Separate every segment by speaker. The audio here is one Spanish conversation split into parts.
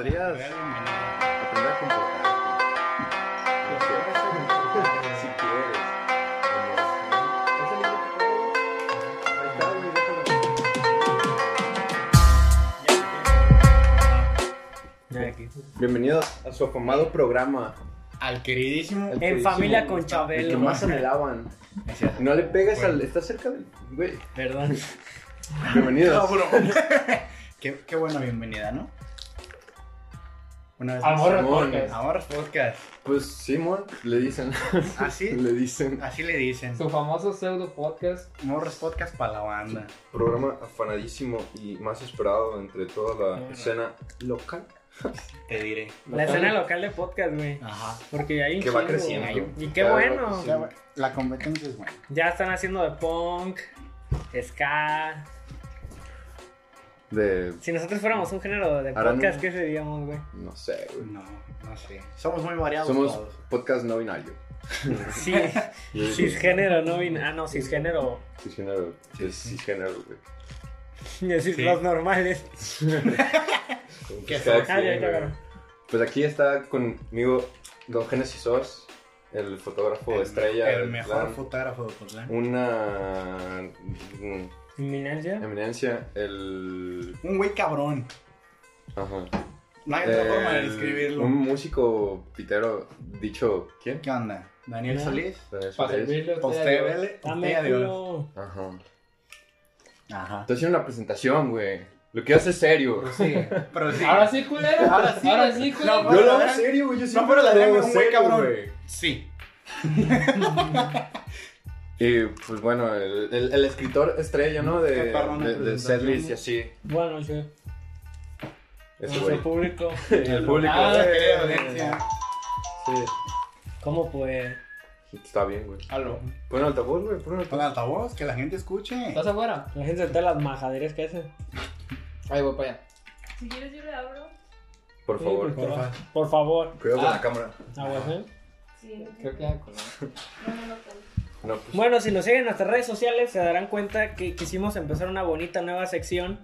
Speaker 1: Podrías aprender a comportarte. si quieres. Ese libro que tengo, ahí está, güey, déjalo. Bienvenidos a su afamado programa.
Speaker 2: Al queridísimo.
Speaker 1: El
Speaker 3: En
Speaker 1: queridísimo-
Speaker 3: familia con
Speaker 1: El
Speaker 3: Chabelo.
Speaker 1: que más anhelaban. No le pegas al. Estás cerca del. Güey.
Speaker 3: Perdón.
Speaker 1: Bienvenidos.
Speaker 2: qué, qué buena bienvenida, ¿no? Una vez más.
Speaker 1: Amor,
Speaker 4: Amor,
Speaker 1: amor.
Speaker 4: podcast.
Speaker 2: Amor Podcast.
Speaker 1: Pues Simón, le dicen.
Speaker 2: Así,
Speaker 1: Le dicen.
Speaker 2: así le dicen.
Speaker 4: Su famoso pseudo podcast.
Speaker 2: Morros Podcast para la banda.
Speaker 1: Programa afanadísimo y más esperado entre toda la escena local.
Speaker 2: Te diré.
Speaker 3: La escena local de podcast, güey.
Speaker 2: Ajá.
Speaker 3: Porque hay un
Speaker 1: Que va
Speaker 3: chingo.
Speaker 1: creciendo.
Speaker 3: Y qué
Speaker 1: Cada
Speaker 3: bueno.
Speaker 1: rato, sí.
Speaker 2: La competencia es buena.
Speaker 3: Ya están haciendo de punk, ska.
Speaker 1: De.
Speaker 3: Si nosotros fuéramos un género de
Speaker 1: Ahora
Speaker 3: podcast,
Speaker 1: no.
Speaker 3: ¿qué seríamos, güey?
Speaker 1: No sé, güey.
Speaker 2: No, no sé. Somos muy variados
Speaker 1: Somos
Speaker 2: todos.
Speaker 1: podcast no binario.
Speaker 3: Sí, cisgénero, no bin- Ah, no, cisgénero.
Speaker 1: Cisgénero. Es cisgénero, güey.
Speaker 3: Es decir,
Speaker 2: Sí.
Speaker 3: los normales.
Speaker 2: ¿Qué
Speaker 1: Pues cada
Speaker 2: sos?
Speaker 1: quien,
Speaker 3: Ah, ya,
Speaker 1: güey.
Speaker 3: ya, claro.
Speaker 1: Pues aquí está conmigo Don Genesis Sos, el fotógrafo
Speaker 2: El-
Speaker 1: estrella. Mm.
Speaker 2: El
Speaker 1: del
Speaker 2: mejor
Speaker 1: plan.
Speaker 2: fotógrafo de Potlán.
Speaker 1: Una mm, Em,
Speaker 3: Inminencia.
Speaker 1: eminencia, el.
Speaker 2: Un güey cabrón.
Speaker 1: Ajá.
Speaker 2: No hay otra forma de
Speaker 1: El-
Speaker 2: describirlo.
Speaker 1: Eh, Un músico pitero, dicho. ¿Quién?
Speaker 2: ¿Qué onda? ¿Daniel
Speaker 3: No.
Speaker 2: Solís?
Speaker 1: Daniel
Speaker 4: Para
Speaker 1: Suárez.
Speaker 4: servirle a usted,
Speaker 2: Postea
Speaker 4: adiós.
Speaker 2: vele-
Speaker 3: Dame
Speaker 2: postea de oro.
Speaker 3: culo.
Speaker 1: Ajá.
Speaker 2: Ajá.
Speaker 1: Estoy haciendo una presentación, güey. Lo que haces es serio.
Speaker 4: Prosigue.
Speaker 2: Pero sí.
Speaker 4: Ahora sí, culero.
Speaker 2: Ahora sí.
Speaker 4: Ahora sí, culero.
Speaker 2: No, Yo lo hago
Speaker 1: serio, güey. Yo
Speaker 2: siempre pero la lo hago DM, un güey serio, cabrón. güey. Sí.
Speaker 1: Y pues bueno, el, el- el escritor estrella, ¿no? De,
Speaker 2: Qué perrona
Speaker 1: de, de
Speaker 2: presentación.
Speaker 1: setlist y así.
Speaker 3: Buenas noches.
Speaker 1: Ese
Speaker 3: Nuestro
Speaker 1: güey.
Speaker 3: público.
Speaker 1: El público.
Speaker 3: Ah,
Speaker 2: Querida audiencia.
Speaker 1: Sí.
Speaker 3: ¿Cómo pues? puede?
Speaker 1: Está bien, güey.
Speaker 4: Aló.
Speaker 1: Pon altavoz, güey. Pon altavoz.
Speaker 2: Pon altavoz, que la gente escuche.
Speaker 4: ¿Estás afuera?
Speaker 3: La gente está las majaderas que hace.
Speaker 4: Ahí voy para allá.
Speaker 5: Si quieres yo le abro.
Speaker 1: Por
Speaker 3: Sí,
Speaker 1: favor.
Speaker 3: por,
Speaker 2: Porfa.
Speaker 3: favor. Por favor.
Speaker 1: Cuidado con
Speaker 4: Ah.
Speaker 1: la cámara.
Speaker 3: Aguas, ¿eh?
Speaker 5: Sí, no
Speaker 4: Creo que
Speaker 5: no,
Speaker 4: ya coló.
Speaker 5: no, no, no.
Speaker 1: No, pues.
Speaker 3: Bueno, si nos siguen en nuestras redes sociales se darán cuenta que quisimos empezar una bonita nueva sección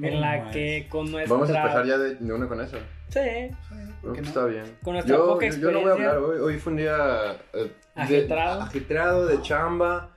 Speaker 3: en la
Speaker 2: No,
Speaker 3: que con nuestra...
Speaker 1: Vamos a empezar ya de, de una con eso.
Speaker 3: Sí,
Speaker 2: mames.
Speaker 1: No,
Speaker 2: ¿Por
Speaker 1: pues,
Speaker 2: qué no?
Speaker 1: Está bien.
Speaker 3: Con nuestra
Speaker 1: Yo,
Speaker 3: poca
Speaker 1: yo, yo no voy a
Speaker 3: experiencia.
Speaker 1: hablar hoy. Hoy fue un día. eh, de-
Speaker 3: Ajetrado.
Speaker 1: ajetrado, de chamba.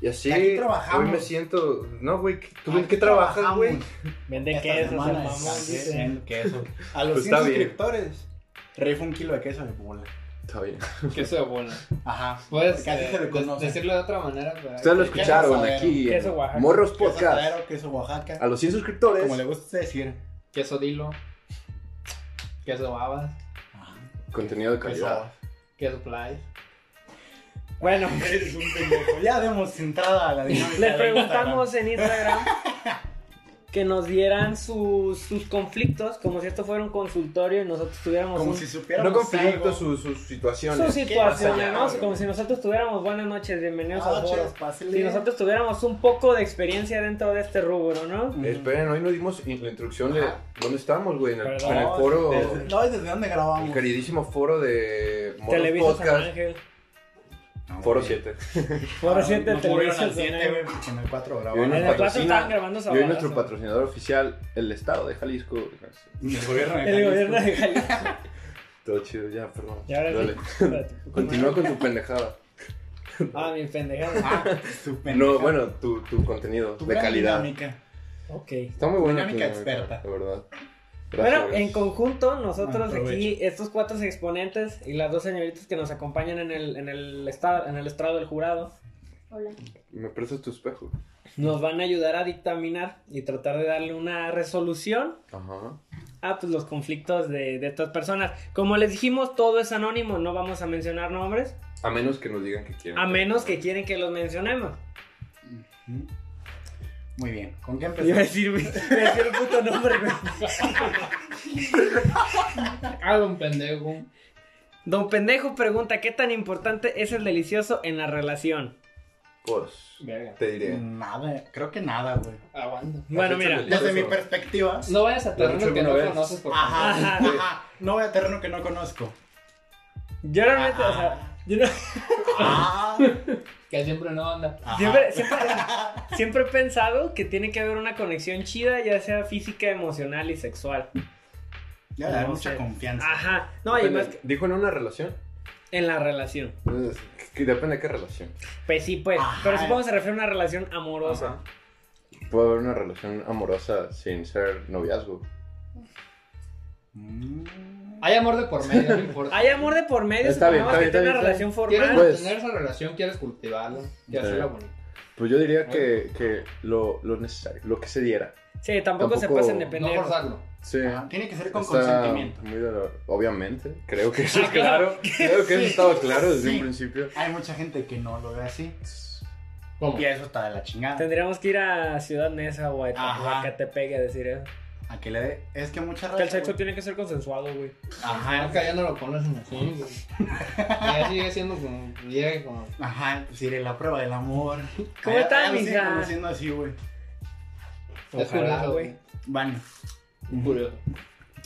Speaker 1: Y así.
Speaker 2: Aquí trabajamos.
Speaker 1: Hoy me siento. No, güey. ¿Tú en
Speaker 2: Aquí
Speaker 1: qué trabajas,
Speaker 2: trabajamos.
Speaker 1: güey?
Speaker 3: vende
Speaker 2: Esta
Speaker 3: quesos, el
Speaker 2: semana
Speaker 3: mamón,
Speaker 2: descansé
Speaker 3: dice.
Speaker 2: en queso. A los
Speaker 1: Pues
Speaker 2: 100
Speaker 1: está bien.
Speaker 2: suscriptores, rifo un kilo de queso de bola.
Speaker 1: Está bien.
Speaker 4: Queso de bola.
Speaker 2: Ajá.
Speaker 4: Puedes
Speaker 2: Casi
Speaker 4: eh,
Speaker 2: se
Speaker 4: de-
Speaker 2: reconoce.
Speaker 4: decirlo de otra manera. pero-
Speaker 1: Ustedes lo
Speaker 4: ¿Qué?
Speaker 1: escucharon
Speaker 2: saber.
Speaker 1: aquí. en
Speaker 3: Queso Oaxaca.
Speaker 1: Morros
Speaker 2: Queso
Speaker 1: Podcast.
Speaker 2: Guerrero, queso Oaxaca.
Speaker 1: A los 100 suscriptores.
Speaker 2: Como le gusta a usted decir.
Speaker 4: Queso dilo. Queso babas.
Speaker 2: Ajá.
Speaker 1: Contenido de
Speaker 2: Queso.
Speaker 1: calidad.
Speaker 4: Queso play.
Speaker 3: Bueno,
Speaker 2: Eres un pendejo. Ya demos entrada a la dinámica.
Speaker 3: les
Speaker 2: de
Speaker 3: preguntamos en Instagram que nos dieran sus, sus conflictos, como si esto fuera un consultorio y nosotros
Speaker 2: Instagram.
Speaker 3: tuviéramos
Speaker 2: Como
Speaker 3: un-
Speaker 2: si supiéramos.
Speaker 1: No conflicto
Speaker 2: algo.
Speaker 1: sus, sus
Speaker 3: sus
Speaker 1: situaciones.
Speaker 3: situaciones,
Speaker 1: más allá,
Speaker 3: ¿no? Como si nosotros tuviéramos buenas noches, bienvenidos
Speaker 2: Ah,
Speaker 3: a
Speaker 2: chas,
Speaker 3: todos.
Speaker 2: pásele.
Speaker 3: Si nosotros tuviéramos un poco de experiencia dentro de este rubro, ¿no?
Speaker 2: Ujú.
Speaker 1: Esperen, hoy nos dimos in- la introducción de
Speaker 2: Ajá.
Speaker 1: dónde estamos, güey, en el,
Speaker 3: Perdón,
Speaker 1: en el foro,
Speaker 2: Desde- No, es desde dónde grabamos.
Speaker 1: el queridísimo foro de Monos
Speaker 3: Televisa San
Speaker 1: Podcast,
Speaker 3: Ángel.
Speaker 2: Ah, No,
Speaker 1: foro
Speaker 2: güey.
Speaker 1: 7.
Speaker 3: Ahora
Speaker 2: No,
Speaker 3: siete
Speaker 2: no
Speaker 3: Televisa
Speaker 2: movieron al
Speaker 3: San
Speaker 2: siete,
Speaker 3: Ángel.
Speaker 2: güey, porque En el 4
Speaker 1: Y hoy
Speaker 2: grabamos.
Speaker 1: nos
Speaker 3: En el cuatro estaban
Speaker 1: patrocina,
Speaker 3: grabando
Speaker 1: y hoy nuestro
Speaker 3: sabadazo.
Speaker 1: patrocinador oficial, el Estado de Jalisco.
Speaker 2: Y el gobierno de
Speaker 3: El
Speaker 2: Jalisco.
Speaker 3: gobierno de Jalisco.
Speaker 1: Todo chido, ya, perdón.
Speaker 3: Y ahora
Speaker 1: Dale.
Speaker 3: sí. espérate.
Speaker 1: Continúa con tu pendejada.
Speaker 3: Ah, mi pendejada.
Speaker 2: Ah, su pendeja.
Speaker 1: No, bueno, tu, tu contenido
Speaker 2: Tu
Speaker 1: de
Speaker 2: gran
Speaker 1: calidad.
Speaker 2: dinámica.
Speaker 3: Ok.
Speaker 1: Está muy buena.
Speaker 2: Dinámica
Speaker 1: tu
Speaker 2: experta.
Speaker 1: De verdad.
Speaker 3: Bueno,
Speaker 1: Gracias.
Speaker 3: en conjunto, nosotros
Speaker 2: Ah, aprovecho.
Speaker 3: aquí, estos cuatro exponentes y las dos señoritas que nos acompañan en el, en el, esta- en el estrado del jurado,
Speaker 5: Hola.
Speaker 1: Me prestas tu espejo.
Speaker 3: nos van a ayudar a dictaminar y tratar de darle una resolución
Speaker 1: Ajá.
Speaker 3: a pues, los conflictos de, de estas personas. Como les dijimos, todo es anónimo, no vamos a mencionar nombres,
Speaker 1: A menos que nos digan que quieren.
Speaker 3: a menos que quieren que los mencionemos.
Speaker 2: Ujú. Muy bien. ¿Con qué
Speaker 3: Iba a
Speaker 2: empezamos?
Speaker 3: decir, güey, iba a decir el puto nombre, güey.
Speaker 4: Hago un pendejo.
Speaker 3: Don Pendejo pregunta, ¿qué tan importante es el delicioso en la relación?
Speaker 1: Pues,
Speaker 4: Verga.
Speaker 1: te diré.
Speaker 2: Nada, creo que nada, güey.
Speaker 4: Aguanta.
Speaker 3: Bueno,
Speaker 1: Has hecho
Speaker 3: mira.
Speaker 1: el-
Speaker 2: Desde
Speaker 1: Eso.
Speaker 2: mi perspectiva.
Speaker 4: No vayas a
Speaker 1: Lo he hecho
Speaker 4: terreno que
Speaker 1: alguna
Speaker 4: no
Speaker 1: vez.
Speaker 4: conoces por favor.
Speaker 2: Ajá,
Speaker 3: Ajá.
Speaker 2: ajá. No voy a terreno que no conozco.
Speaker 3: Yo realmente, o sea, yo no-
Speaker 2: Ah,
Speaker 4: Que siempre no anda.
Speaker 2: ajá.
Speaker 3: siempre, siempre, siempre he pensado que tiene que haber una conexión chida, ya sea física, emocional y sexual.
Speaker 2: Debe de haber
Speaker 3: No
Speaker 2: mucha
Speaker 3: sé.
Speaker 2: confianza.
Speaker 3: Ajá. No, y además que-
Speaker 1: Dijo en una relación.
Speaker 3: en la relación.
Speaker 1: Entonces, que depende de qué relación.
Speaker 3: Pues sí, pues.
Speaker 2: Ajá.
Speaker 3: Pero supongo que se refiere a una relación amorosa.
Speaker 1: Ajá. Puede haber una relación amorosa sin ser noviazgo.
Speaker 2: Mm.
Speaker 4: Hay amor de por medio, no importa.
Speaker 3: Hay amor de por medio,
Speaker 1: Está bien,
Speaker 3: supongamos
Speaker 1: está bien,
Speaker 3: que
Speaker 1: está
Speaker 3: tiene
Speaker 1: bien,
Speaker 3: una
Speaker 1: está
Speaker 3: relación
Speaker 4: Quieres
Speaker 3: formal.
Speaker 1: Pues-
Speaker 4: mantener esa relación, quieres cultivarla, quieres
Speaker 1: Sí.
Speaker 4: hacerla bonita.
Speaker 1: Pues yo diría que, que lo, lo necesario, lo que se diera.
Speaker 3: sí, tampoco, se
Speaker 1: tampoco-
Speaker 3: pasen de
Speaker 4: No
Speaker 3: pendejos.
Speaker 4: forzarlo.
Speaker 1: Sí.
Speaker 2: Ajá, Tiene que ser con
Speaker 1: Eh, Está
Speaker 2: consentimiento.
Speaker 1: muy dolor- Obviamente, creo que eso es claro. Creo que eso estaba claro desde
Speaker 2: Sí.
Speaker 1: un principio.
Speaker 2: Hay mucha gente que no lo ve así.
Speaker 4: ¿Cómo?
Speaker 2: Y eso está de la chingada.
Speaker 3: Tendríamos que ir a Ciudad Neza o a
Speaker 2: Ajá.
Speaker 3: Ecatepec a decir eso.
Speaker 2: A que le dé. Es que mucha raza.
Speaker 3: Que el sexo
Speaker 2: güey.
Speaker 3: tiene que ser consensuado, güey.
Speaker 4: Ajá, que ya no lo pones en así, güey. Y así sigue siendo como. Llega como.
Speaker 2: Ajá, pues iré la prueba del amor.
Speaker 3: ¿Cómo
Speaker 2: Allá-
Speaker 3: está,
Speaker 2: allá lo siguen
Speaker 3: mija?
Speaker 2: conociendo así, güey.
Speaker 4: Es
Speaker 3: Ojalá,
Speaker 4: curioso,
Speaker 3: güey.
Speaker 2: Van.
Speaker 4: Curioso.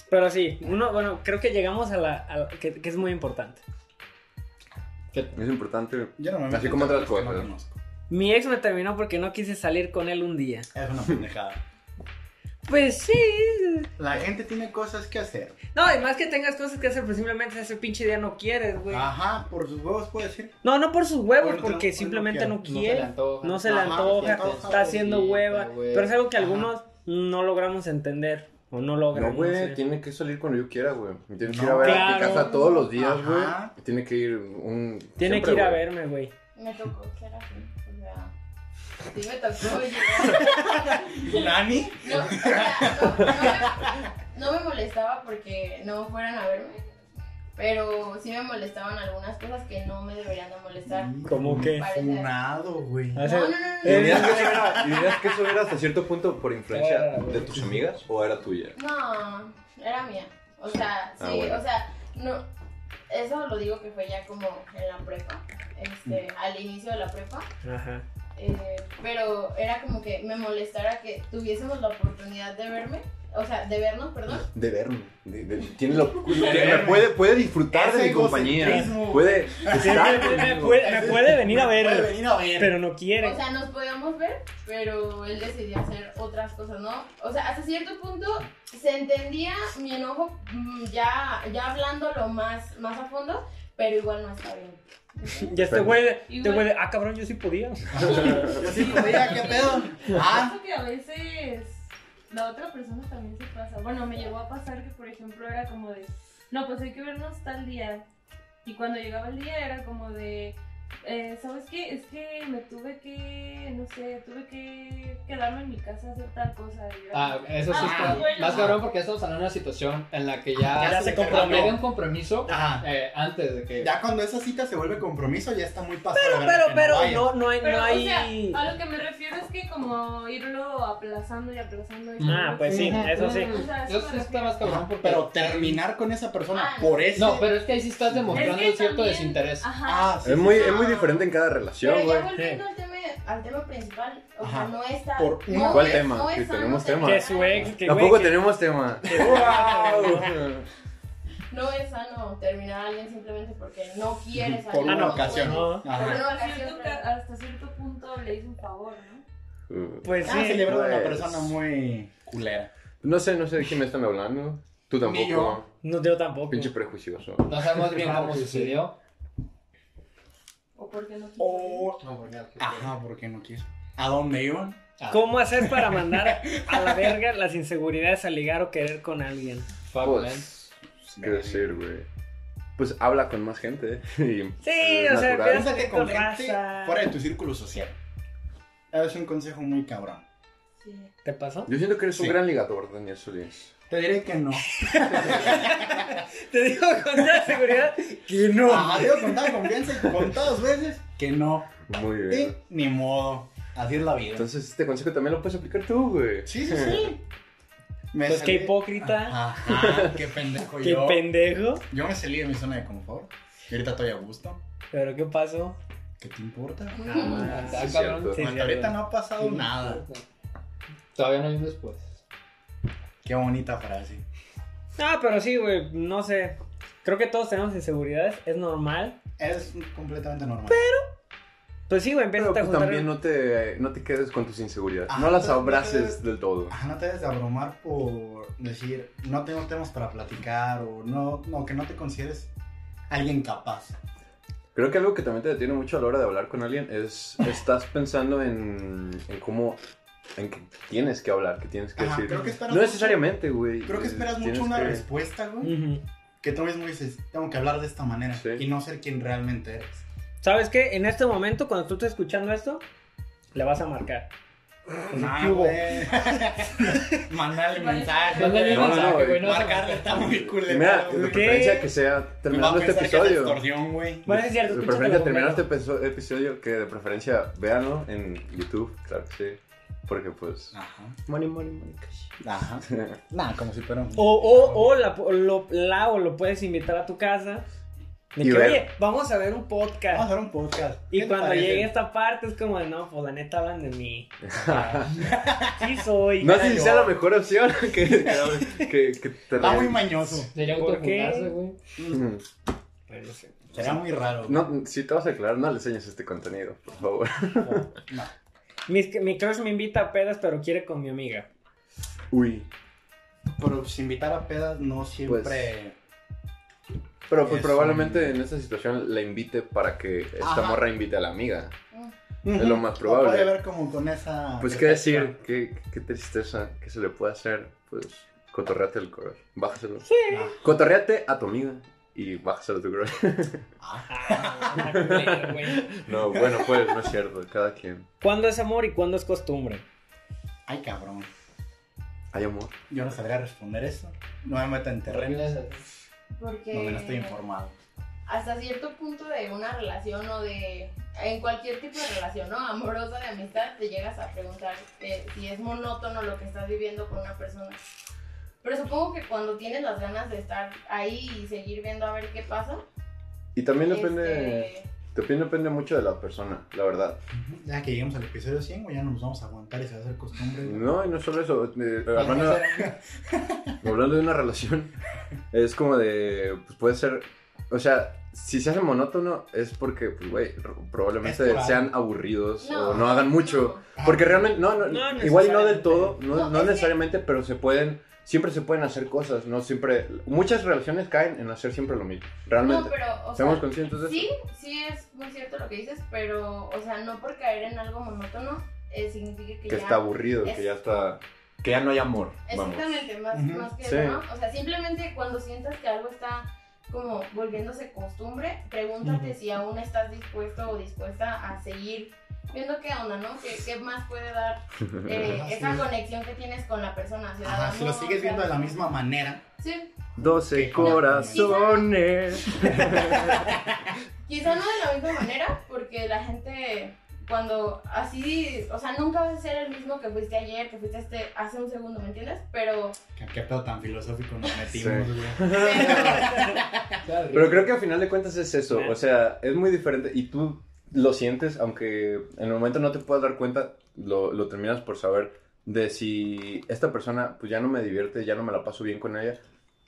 Speaker 3: Pero sí, uno, bueno, creo que llegamos a la, a la- que, que es muy importante.
Speaker 4: Que-
Speaker 1: Es importante.
Speaker 2: Yo no me meto
Speaker 1: Así
Speaker 2: en
Speaker 1: como otras
Speaker 2: temas que no
Speaker 1: cosas.
Speaker 2: conozco.
Speaker 3: Mi ex me terminó porque no quise salir con él un día.
Speaker 2: Es una pendejada.
Speaker 3: Pues sí.
Speaker 2: La gente tiene cosas que hacer.
Speaker 3: No, además que tengas cosas que hacer, pues simplemente ese pinche día no quieres, güey.
Speaker 2: Ajá, por sus huevos puede decir.
Speaker 3: No, no por sus huevos,
Speaker 2: Porque no-
Speaker 3: porque
Speaker 2: hoy Ah. no
Speaker 3: simplemente
Speaker 2: quiero.
Speaker 3: no
Speaker 4: No se le
Speaker 3: quiere.
Speaker 4: antoja.
Speaker 3: No se le
Speaker 2: Ajá,
Speaker 3: antoja,
Speaker 2: se antoja,
Speaker 3: está haciendo
Speaker 4: pobrecita,
Speaker 3: hueva.
Speaker 4: güey.
Speaker 3: Pero es algo que
Speaker 2: Ajá.
Speaker 3: algunos no logramos entender. O no logran.
Speaker 1: No, güey,
Speaker 3: sé.
Speaker 1: tiene que salir cuando yo quiera, güey. Tiene que
Speaker 2: No,
Speaker 1: ir a ver a mi
Speaker 3: claro.
Speaker 1: casa todos los días, güey.
Speaker 2: Ajá.
Speaker 1: Tiene que ir un.
Speaker 3: Tiene
Speaker 1: siempre,
Speaker 3: que ir a
Speaker 1: güey.
Speaker 3: verme, güey.
Speaker 6: Me tocó que era así. O sea, sí me tocó llegar.
Speaker 2: ¿Nani?
Speaker 6: No, o sea, no, no me, no me molestaba porque no fueran a verme. Pero sí me molestaban algunas cosas que no me deberían de molestar.
Speaker 4: Mm.
Speaker 3: ¿Cómo que?
Speaker 6: Parece-
Speaker 2: Funado, güey.
Speaker 3: Ah,
Speaker 6: No, no, no, no, no.
Speaker 1: ¿Dirías que, eso era, dirías que eso era hasta cierto punto por influencia
Speaker 4: Ah, güey.
Speaker 1: de tus amigas o era tuya?
Speaker 6: No, era mía. O sea, sí,
Speaker 1: Ah, bueno.
Speaker 6: o sea, no. Eso lo digo que fue ya como en la prepa, este, al inicio de la prepa.
Speaker 3: Ajá.
Speaker 6: eh, pero era como que me molestara que tuviésemos la oportunidad de verme, o sea, de vernos, perdón.
Speaker 1: De verme. De, de- tiene lo- tiene-
Speaker 2: verme.
Speaker 1: me puede, puede disfrutar
Speaker 2: Es
Speaker 1: de mi compañía.
Speaker 2: egocentrismo.
Speaker 1: Puede
Speaker 3: Sí,
Speaker 1: estar
Speaker 3: me, me- me
Speaker 1: conmigo.
Speaker 3: puede, me puede venir a
Speaker 2: Puede
Speaker 3: ver,
Speaker 2: venir a ver.
Speaker 3: pero no quiere.
Speaker 6: O sea, nos podíamos ver, pero él decidió hacer otras cosas, ¿no? O sea, hasta cierto punto se entendía mi enojo mm, ya, ya hablándolo más, más a fondo, pero igual no está bien.
Speaker 3: Y este güey,
Speaker 6: Y
Speaker 3: este güey, de, ah, cabrón, yo sí podía.
Speaker 2: Yo sí podía, ¿qué pedo? Ah,
Speaker 6: Pienso que a veces la otra persona también se pasa. Bueno, me llegó a pasar que, por ejemplo, era como de, no, pues hay que vernos tal día. Y cuando llegaba el día era como de, eh, ¿sabes qué? Es que me tuve que, no sé, tuve que quedarme en mi casa a hacer tal cosa. Y yo,
Speaker 4: Ah, eso sí
Speaker 2: Ah,
Speaker 4: está.
Speaker 6: bueno.
Speaker 4: Más cabrón porque estamos hablando de una situación en la que
Speaker 3: Ya,
Speaker 4: ya.
Speaker 3: se
Speaker 4: Había
Speaker 3: comprometió.
Speaker 4: un compromiso
Speaker 2: ajá.
Speaker 4: eh, antes de que.
Speaker 2: Ya cuando esa cita se vuelve compromiso, ya está muy pasada. de verga
Speaker 3: Pero,
Speaker 2: que
Speaker 3: pero,
Speaker 2: vaya.
Speaker 3: no, no hay,
Speaker 5: Pero,
Speaker 3: no
Speaker 5: o
Speaker 3: hay.
Speaker 5: sea, a lo que me refiero es que como irlo aplazando y aplazando. Y
Speaker 3: Ah, pues sí, eso sí.
Speaker 5: O sea,
Speaker 4: Eso
Speaker 5: eso
Speaker 4: sí está
Speaker 5: me refiero.
Speaker 4: más cabrón
Speaker 2: Ajá,
Speaker 4: porque.
Speaker 2: Pero terminar con esa persona
Speaker 6: Ah,
Speaker 2: por eso.
Speaker 4: No, pero es que ahí sí estás demostrando
Speaker 5: Es que
Speaker 4: cierto
Speaker 5: también-
Speaker 4: desinterés.
Speaker 5: Ajá.
Speaker 2: Ah, sí,
Speaker 1: Es muy,
Speaker 2: sí,
Speaker 1: es muy diferente en cada
Speaker 6: Pero
Speaker 1: relación,
Speaker 6: ya
Speaker 1: güey.
Speaker 6: volviendo al tema, al tema principal, o
Speaker 2: Ajá.
Speaker 6: sea, no está.
Speaker 2: Por-
Speaker 6: no
Speaker 1: ¿Cuál
Speaker 6: es-
Speaker 1: tema?
Speaker 6: no
Speaker 1: Que
Speaker 6: es sano
Speaker 1: tenemos
Speaker 6: tener-
Speaker 1: tema.
Speaker 3: Que su ex, que güey.
Speaker 1: Tampoco
Speaker 3: que-
Speaker 1: tenemos tema.
Speaker 6: No es sano terminar a alguien simplemente porque no quieres
Speaker 2: Por una
Speaker 3: no,
Speaker 2: ocasión.
Speaker 3: no.
Speaker 2: Ajá.
Speaker 6: Por una
Speaker 5: Hasta
Speaker 6: ocasión.
Speaker 5: cierto, ca- hasta cierto punto le hice un favor, ¿no?
Speaker 1: Uh,
Speaker 3: Pues
Speaker 2: Ah, se
Speaker 3: sí.
Speaker 2: le ve a una
Speaker 1: Pues-
Speaker 2: persona muy culera.
Speaker 1: No sé, no sé de quién me están hablando. Tú tampoco.
Speaker 2: Ni yo.
Speaker 3: No, yo tampoco.
Speaker 1: Pinche prejuicioso.
Speaker 4: No sabemos bien
Speaker 2: Claro
Speaker 4: cómo
Speaker 2: que sí.
Speaker 4: sucedió.
Speaker 5: O porque no quiso.
Speaker 2: O,
Speaker 4: No, porque.
Speaker 2: ajá, porque no quiso. ¿A dónde iban?
Speaker 4: Ah,
Speaker 3: ¿Cómo hacer para mandar a la verga las inseguridades a ligar o querer con alguien?
Speaker 4: fuck, man.
Speaker 1: Pues, ¿Qué decir, güey? Pues habla con más gente. y
Speaker 3: Sí,
Speaker 1: es
Speaker 3: o sea,
Speaker 1: natural.
Speaker 3: piensa-
Speaker 2: Piénsate
Speaker 3: con
Speaker 2: con gente
Speaker 3: raza.
Speaker 2: fuera de tu círculo social. Es un consejo muy cabrón.
Speaker 6: Sí.
Speaker 3: ¿Te pasó?
Speaker 1: Yo siento que eres
Speaker 2: Sí.
Speaker 1: un gran ligador, Daniel Solís.
Speaker 2: Te diré que no.
Speaker 3: Te digo con toda seguridad Ah, que no.
Speaker 2: Ajá, Ah, digo con toda confianza y con todas veces que no.
Speaker 1: Muy bien.
Speaker 2: Y ni modo. Así es la vida.
Speaker 1: Entonces, este consejo también lo puedes aplicar tú, güey.
Speaker 2: sí, sí, sí. Me
Speaker 3: Pues qué
Speaker 2: salí-
Speaker 3: hipócrita,
Speaker 2: Ajá, qué pendejo
Speaker 3: qué
Speaker 2: yo.
Speaker 3: pendejo.
Speaker 2: Yo me salí de mi zona de confort. Y ahorita estoy a gusto.
Speaker 3: Pero ¿qué pasó?
Speaker 2: ¿Qué te importa?
Speaker 4: Ah,
Speaker 1: Sí, es
Speaker 4: cabrón.
Speaker 1: cierto.
Speaker 3: Sí,
Speaker 2: Hasta
Speaker 3: sí,
Speaker 2: ahorita
Speaker 3: algo.
Speaker 2: no ha pasado nada.
Speaker 4: Todavía no hay un después.
Speaker 2: Qué bonita frase.
Speaker 3: Ah, pero sí, güey, no sé. Creo que todos tenemos inseguridades, es normal.
Speaker 2: Es completamente normal.
Speaker 3: Pues sí, güey, empiezas
Speaker 1: Pero
Speaker 3: a
Speaker 1: pues
Speaker 3: juntar.
Speaker 1: también no te, no te quedes con tus inseguridades.
Speaker 2: Ajá,
Speaker 1: no las
Speaker 2: Ah, pero-
Speaker 1: abraces del todo.
Speaker 2: Ajá, no te debes de abrumar por decir, no tengo temas para platicar o no, no, que no te consideres alguien capaz.
Speaker 1: Creo que algo que también te detiene mucho a la hora de hablar con alguien es estás pensando en, en cómo en que tienes que hablar, que tienes que
Speaker 2: Ajá,
Speaker 1: decir.
Speaker 2: creo que esperas
Speaker 1: no
Speaker 2: mucho-
Speaker 1: necesariamente, güey.
Speaker 2: Creo que esperas
Speaker 1: Eh, Tienes
Speaker 2: mucho una
Speaker 1: que- Mm.
Speaker 2: respuesta, güey.
Speaker 3: Ujú.
Speaker 2: Que tú mismo dices, tengo que hablar de esta manera
Speaker 1: Sí.
Speaker 2: y no ser quien realmente eres.
Speaker 3: ¿Sabes qué? En este momento, cuando tú estés escuchando esto, le vas a marcar.
Speaker 2: Nah,
Speaker 3: ¿qué hubo?
Speaker 2: güey. Mandarle mensaje.
Speaker 4: Mándale
Speaker 1: No, no,
Speaker 4: un
Speaker 1: no,
Speaker 4: mensaje, güey.
Speaker 1: güey.
Speaker 4: No,
Speaker 2: Marcarle está muy cool. de
Speaker 1: Mira,
Speaker 2: pedo,
Speaker 1: de
Speaker 2: güey.
Speaker 1: preferencia que sea
Speaker 2: Me va a
Speaker 1: terminando este
Speaker 2: pensar que es
Speaker 1: episodio.
Speaker 2: extorsión, güey.
Speaker 3: Bueno, es cierto,
Speaker 1: De
Speaker 3: escúchatelo
Speaker 1: preferencia terminar este
Speaker 3: completo.
Speaker 1: peso- episodio que de preferencia véanlo en YouTube, claro que sí. Porque pues.
Speaker 2: Ajá.
Speaker 1: Money, money, money, cash.
Speaker 2: Ajá. Nada, como si fuera un...
Speaker 4: Oh.
Speaker 3: O, o, o la, o lo, la o lo puedes invitar a tu casa. De
Speaker 1: Y
Speaker 3: que,
Speaker 1: ver.
Speaker 3: oye, vamos a ver un podcast.
Speaker 2: Vamos a hacer un podcast. Ah, ¿Qué
Speaker 3: Y
Speaker 2: te
Speaker 3: cuando
Speaker 2: parece?
Speaker 3: llegue esta parte es como, no, pues la neta hablan de mí. sí soy.
Speaker 1: No
Speaker 3: era
Speaker 1: sé si
Speaker 3: yo.
Speaker 1: sea la mejor opción que, que, que- que te
Speaker 2: Está muy
Speaker 4: pues,
Speaker 1: re-
Speaker 2: mañoso.
Speaker 4: Sería un
Speaker 3: ¿Por qué?
Speaker 4: tofunazo, güey.
Speaker 1: Mm.
Speaker 3: Pero no sé.
Speaker 2: Será muy raro.
Speaker 1: No, si te vas a aclarar, no le enseñes este contenido, por favor.
Speaker 2: No.
Speaker 3: Mis- Mi, crush me invita a pedas, pero quiere con mi amiga.
Speaker 1: Uy.
Speaker 2: Pero pues, invitar a pedas no
Speaker 1: Pues,
Speaker 2: siempre...
Speaker 1: Pero pues
Speaker 2: Es
Speaker 1: probablemente en esta situación la invite para que esta
Speaker 2: Ajá.
Speaker 1: morra invite a la amiga.
Speaker 2: Ujú.
Speaker 1: es lo más
Speaker 2: O
Speaker 1: probable.
Speaker 2: puede ver como con esa...
Speaker 1: Pues qué decir, qué, qué tristeza, qué se le puede hacer. Pues cotorreate el crush, bájaselo.
Speaker 2: Ah.
Speaker 1: Cotorreate a tu amiga y bájaselo a tu crush.
Speaker 3: Ah, una culera, güey.
Speaker 1: No, bueno, pues no es cierto, cada quien.
Speaker 3: ¿Cuándo es amor y cuándo es costumbre?
Speaker 2: Ay, cabrón.
Speaker 1: Hay amor.
Speaker 2: Yo no sabría responder eso. No me meto en terreno
Speaker 4: Terrenas.
Speaker 6: Porque
Speaker 2: donde no estoy informado.
Speaker 6: hasta cierto punto de una relación o de en cualquier tipo de relación, ¿no? Amorosa, de amistad, te llegas a preguntar eh, si es monótono lo que estás viviendo con una persona. Pero supongo que cuando tienes las ganas de estar ahí y seguir viendo a ver qué pasa,
Speaker 1: Y también depende,
Speaker 6: este,
Speaker 1: también depende mucho de la persona, la verdad.
Speaker 2: Ujú. Ya que lleguemos al episodio 100, güey, ya no nos vamos a aguantar y se va a hacer costumbre. güey.
Speaker 1: No, y no solo eso. eh,
Speaker 2: Ya no
Speaker 1: hablando,
Speaker 2: será-
Speaker 1: hablando de una relación, es como de. Pues puede ser. O sea, si se hace monótono es porque, pues, güey, r-
Speaker 2: Es
Speaker 1: probablemente
Speaker 2: por
Speaker 1: sean
Speaker 2: algo.
Speaker 1: aburridos o no hagan mucho.
Speaker 2: Ah,
Speaker 6: no.
Speaker 1: Porque realmente, Ah, no, no,
Speaker 3: No
Speaker 1: igual y no del
Speaker 3: necesariamente.
Speaker 1: todo, no,
Speaker 6: No,
Speaker 1: no
Speaker 6: es que-
Speaker 1: necesariamente, pero se pueden, siempre se pueden hacer cosas, no siempre, muchas relaciones caen en hacer siempre lo mismo,
Speaker 6: No,
Speaker 1: realmente.
Speaker 6: pero, o
Speaker 1: Seamos
Speaker 6: sea,
Speaker 1: conscientes de eso.
Speaker 6: Sí, sí es muy cierto lo que dices, pero, o sea, no por caer en algo monótono eh, significa que,
Speaker 1: que
Speaker 6: ya...
Speaker 1: está aburrido,
Speaker 6: es-
Speaker 1: que ya está, que ya no hay amor, vamos.
Speaker 6: Exactamente, más,
Speaker 2: Ujú.
Speaker 6: más que
Speaker 1: Sí.
Speaker 6: eso, ¿no? O sea, simplemente cuando sientas que algo está como volviéndose costumbre, pregúntate si aún estás dispuesto o dispuesta a seguir viendo qué onda, ¿no? ¿Qué, qué más puede dar eh,
Speaker 2: Ajá,
Speaker 6: esa
Speaker 2: sí.
Speaker 6: conexión que tienes con la persona? ¿Se da
Speaker 2: Ajá,
Speaker 6: amor,
Speaker 2: si lo sigues viendo de la misma manera.
Speaker 6: Sí,
Speaker 1: 12 corazones.
Speaker 6: quizá no de la misma manera, porque la gente cuando así, o sea, nunca vas a ser el mismo que fuiste ayer, que fuiste este, hace un segundo, ¿me entiendes? Pero...
Speaker 2: Qué, qué pedo tan filosófico nos metimos,
Speaker 1: Sí.
Speaker 2: güey.
Speaker 1: Pero creo que al final de cuentas es eso,
Speaker 3: Nah.
Speaker 1: o sea, es muy diferente y tú lo sientes, aunque en el momento no te puedas dar cuenta, lo, lo terminas por saber de si esta persona pues ya no me divierte, ya no me la paso bien con ella,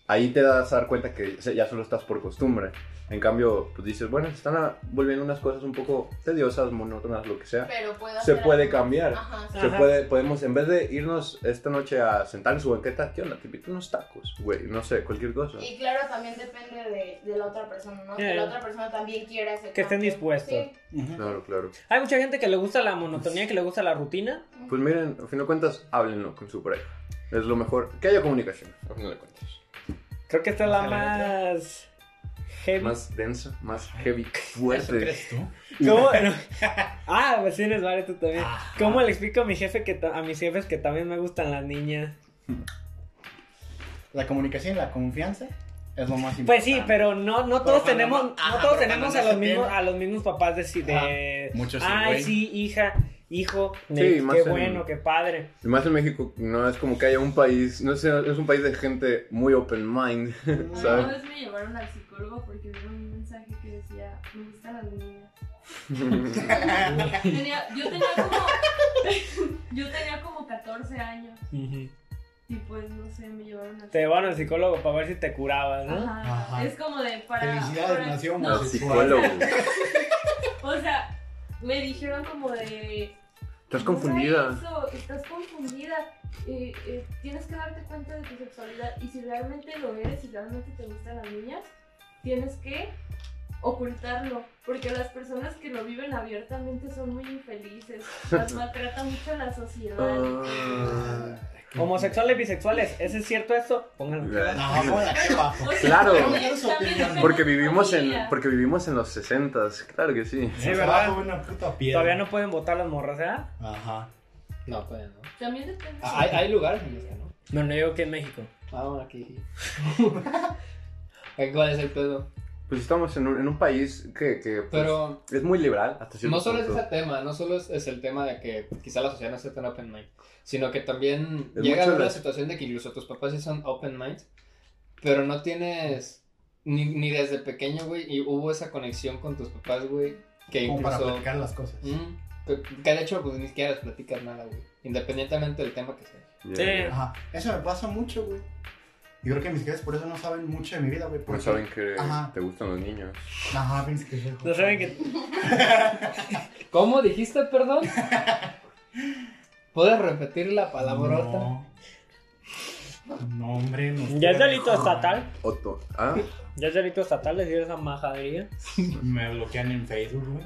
Speaker 1: ahí te das a dar cuenta que o sea, ya solo estás por costumbre. En cambio, pues dices, bueno, se están ah, volviendo unas cosas un poco tediosas, monótonas, lo que sea.
Speaker 6: pero puedo
Speaker 1: Se
Speaker 6: hacer
Speaker 1: puede
Speaker 6: algo.
Speaker 1: cambiar.
Speaker 6: Ajá, sí.
Speaker 1: Se
Speaker 3: Ajá.
Speaker 1: puede, podemos, en vez de irnos esta noche a sentar en su banqueta, ¿qué onda? Te invito unos tacos, güey, no sé, cualquier cosa.
Speaker 6: Y claro, también depende de, de la otra persona, ¿no? Que
Speaker 3: Eh.
Speaker 6: la otra persona también quiera ese
Speaker 3: Que estén
Speaker 6: cambio.
Speaker 3: dispuestos.
Speaker 6: Sí.
Speaker 2: Ujú.
Speaker 1: Claro, claro.
Speaker 3: Hay mucha gente que le gusta la monotonía, que le gusta la rutina.
Speaker 1: Pues miren, a fin de cuentas, háblenlo con su pareja. Es lo mejor. Que haya comunicación, a fin de cuentas.
Speaker 3: Creo que esta es la
Speaker 2: Ojalá,
Speaker 3: más heavy.
Speaker 1: Más densa, más heavy,
Speaker 2: ¿Eso
Speaker 1: fuerte.
Speaker 2: crees tú?
Speaker 3: ¿Cómo? ah, pues tienes varias tú también.
Speaker 2: Ah,
Speaker 3: ¿Cómo le explico a mi jefe que ta- a mis jefes que también me gustan las niñas?
Speaker 2: La comunicación y la confianza es lo más importante.
Speaker 3: Pues sí, pero no, no
Speaker 2: Ah. Pero
Speaker 3: todos
Speaker 2: cuando
Speaker 3: tenemos,
Speaker 2: no-
Speaker 3: no,
Speaker 2: ajá,
Speaker 3: todos
Speaker 2: pero
Speaker 3: tenemos
Speaker 2: cuando
Speaker 3: a
Speaker 2: no
Speaker 3: los
Speaker 2: se
Speaker 3: mismos,
Speaker 2: tiene.
Speaker 3: a los mismos papás de, si- de
Speaker 2: Ajá, muchos sí,
Speaker 3: ay
Speaker 2: güey".
Speaker 3: sí, hija, hijo,
Speaker 1: Sí,
Speaker 3: de-
Speaker 1: más
Speaker 3: qué
Speaker 1: en-
Speaker 3: bueno, qué padre.
Speaker 1: Y más en México, no es como que haya un país, no sé, es un país de gente muy open mind.
Speaker 5: Una
Speaker 1: ¿Sabes?
Speaker 5: vez me llevaron al psicólogo porque vi un mensaje que decía, me gustan las niñas. Tenía- yo tenía como... Yo tenía como 14 años y pues no sé, me llevaron al
Speaker 3: Te llevaron al psicólogo para ver si te curabas, ¿no?
Speaker 2: Ah,
Speaker 5: Ajá.
Speaker 2: Ajá.
Speaker 5: Es como de para.
Speaker 2: Felicidades,
Speaker 5: para-
Speaker 2: nació
Speaker 5: no,
Speaker 1: Al psicólogo.
Speaker 5: O sea, me dijeron como de...
Speaker 1: Estás
Speaker 5: "No
Speaker 1: confundida.
Speaker 5: hagas eso, estás confundida. eh, eh, tienes que darte cuenta de tu sexualidad y si realmente lo eres, si realmente te gustan las niñas, tienes que ocultarlo, porque las personas que lo viven abiertamente son muy infelices, las maltrata mucho la sociedad.
Speaker 1: Ah.
Speaker 3: Homosexuales, bisexuales, ¿ese es cierto esto? Pónganlo.
Speaker 2: No, bueno, qué bajo.
Speaker 5: O sea,
Speaker 1: Claro.
Speaker 5: también- también depende
Speaker 1: Porque
Speaker 5: de tu
Speaker 1: vivimos en
Speaker 5: familia.
Speaker 1: porque vivimos en los 60 claro que sí.
Speaker 3: Sí,
Speaker 2: Se
Speaker 3: ¿verdad?
Speaker 2: bajo una puta piedra.
Speaker 3: Todavía no pueden votar las morras, ¿eh? ¿verdad?
Speaker 2: Ajá.
Speaker 4: No, todavía no.
Speaker 5: También depende.
Speaker 4: Ah, Hay, hay lugares en los que no.
Speaker 3: No, no digo que en México.
Speaker 4: Ah, bueno, aquí. ¿Cuál es el pedo?
Speaker 1: Pues estamos en un, en un país que, que, pues,
Speaker 4: Pero
Speaker 1: es muy liberal hasta cierto
Speaker 4: no solo es
Speaker 1: punto.
Speaker 4: ese tema, no solo es, es el tema de que quizá la sociedad no esté tan open mind, sino que también
Speaker 1: Es
Speaker 4: llega a
Speaker 1: mucho
Speaker 4: una
Speaker 1: de-
Speaker 4: situación de que incluso tus papás sí son open mind, pero no tienes ni, ni desde pequeño, güey, y hubo esa conexión con tus papás, güey, que
Speaker 2: Como para
Speaker 4: incluso...
Speaker 2: platicar las cosas.
Speaker 4: Mm, que, que de hecho, pues ni siquiera les platicas nada, güey, independientemente del tema que sea.
Speaker 1: Ya,
Speaker 3: Sí.
Speaker 1: ya.
Speaker 2: Ajá. Eso me pasa mucho, güey. Y creo que mis jefes por eso no saben mucho de mi vida, güey.
Speaker 1: No
Speaker 2: porque-
Speaker 1: Pues saben que
Speaker 2: Ajá.
Speaker 1: te gustan los niños.
Speaker 2: Ajá, pienso que soy
Speaker 3: No saben que.
Speaker 4: ¿Cómo dijiste, perdón? ¿Puedes repetir la palabrota?
Speaker 2: No. No, hombre. no
Speaker 3: Ya es
Speaker 2: estoy
Speaker 3: delito
Speaker 2: joven.
Speaker 3: estatal.
Speaker 1: Otto. Ah.
Speaker 3: Ya es delito estatal decir esa majadería.
Speaker 2: Me bloquean en Facebook, güey.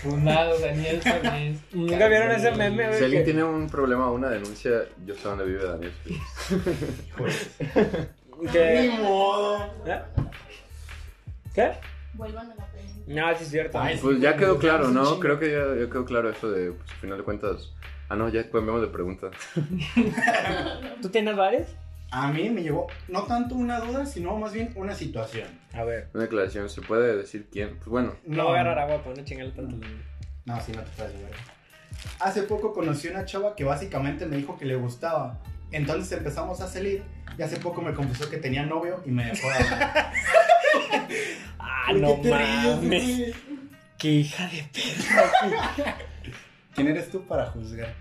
Speaker 4: Funado, Pues Daniel pues, también.
Speaker 3: Nunca vieron ese meme,
Speaker 1: Si
Speaker 3: güey.
Speaker 1: alguien
Speaker 3: que-
Speaker 1: tiene un problema o una denuncia, yo sé dónde vive Daniel.
Speaker 2: Híjoles.
Speaker 3: que-
Speaker 2: Ni modo.
Speaker 3: ¿Eh? ¿Qué?
Speaker 6: Vuelvan a la pregunta.
Speaker 3: No, sí es cierto.
Speaker 2: Ay,
Speaker 1: Pues ya quedó claro,
Speaker 2: Es un
Speaker 1: ¿no?
Speaker 2: chingo.
Speaker 1: Creo que ya, ya quedó claro eso de, pues, al final de cuentas. Ah, no, ya cambiamos de pregunta.
Speaker 3: ¿Tú tienes varios?
Speaker 2: A mí me llegó no tanto una duda, sino más bien una situación.
Speaker 3: A ver.
Speaker 1: Una aclaración, ¿se puede decir quién? Pues bueno,
Speaker 3: No voy a agarrar agua para no chingarle tanto.
Speaker 2: No, sí, no te puedes güey. Hace poco conocí una chava que básicamente me dijo que le gustaba. Entonces empezamos a salir y hace poco me confesó que tenía novio y me dejó de hablar.
Speaker 3: Ah, no
Speaker 2: ¿Por qué te ríes,
Speaker 3: mames.
Speaker 2: güey?
Speaker 3: Qué hija de perra.
Speaker 2: ¿Quién eres tú para juzgar?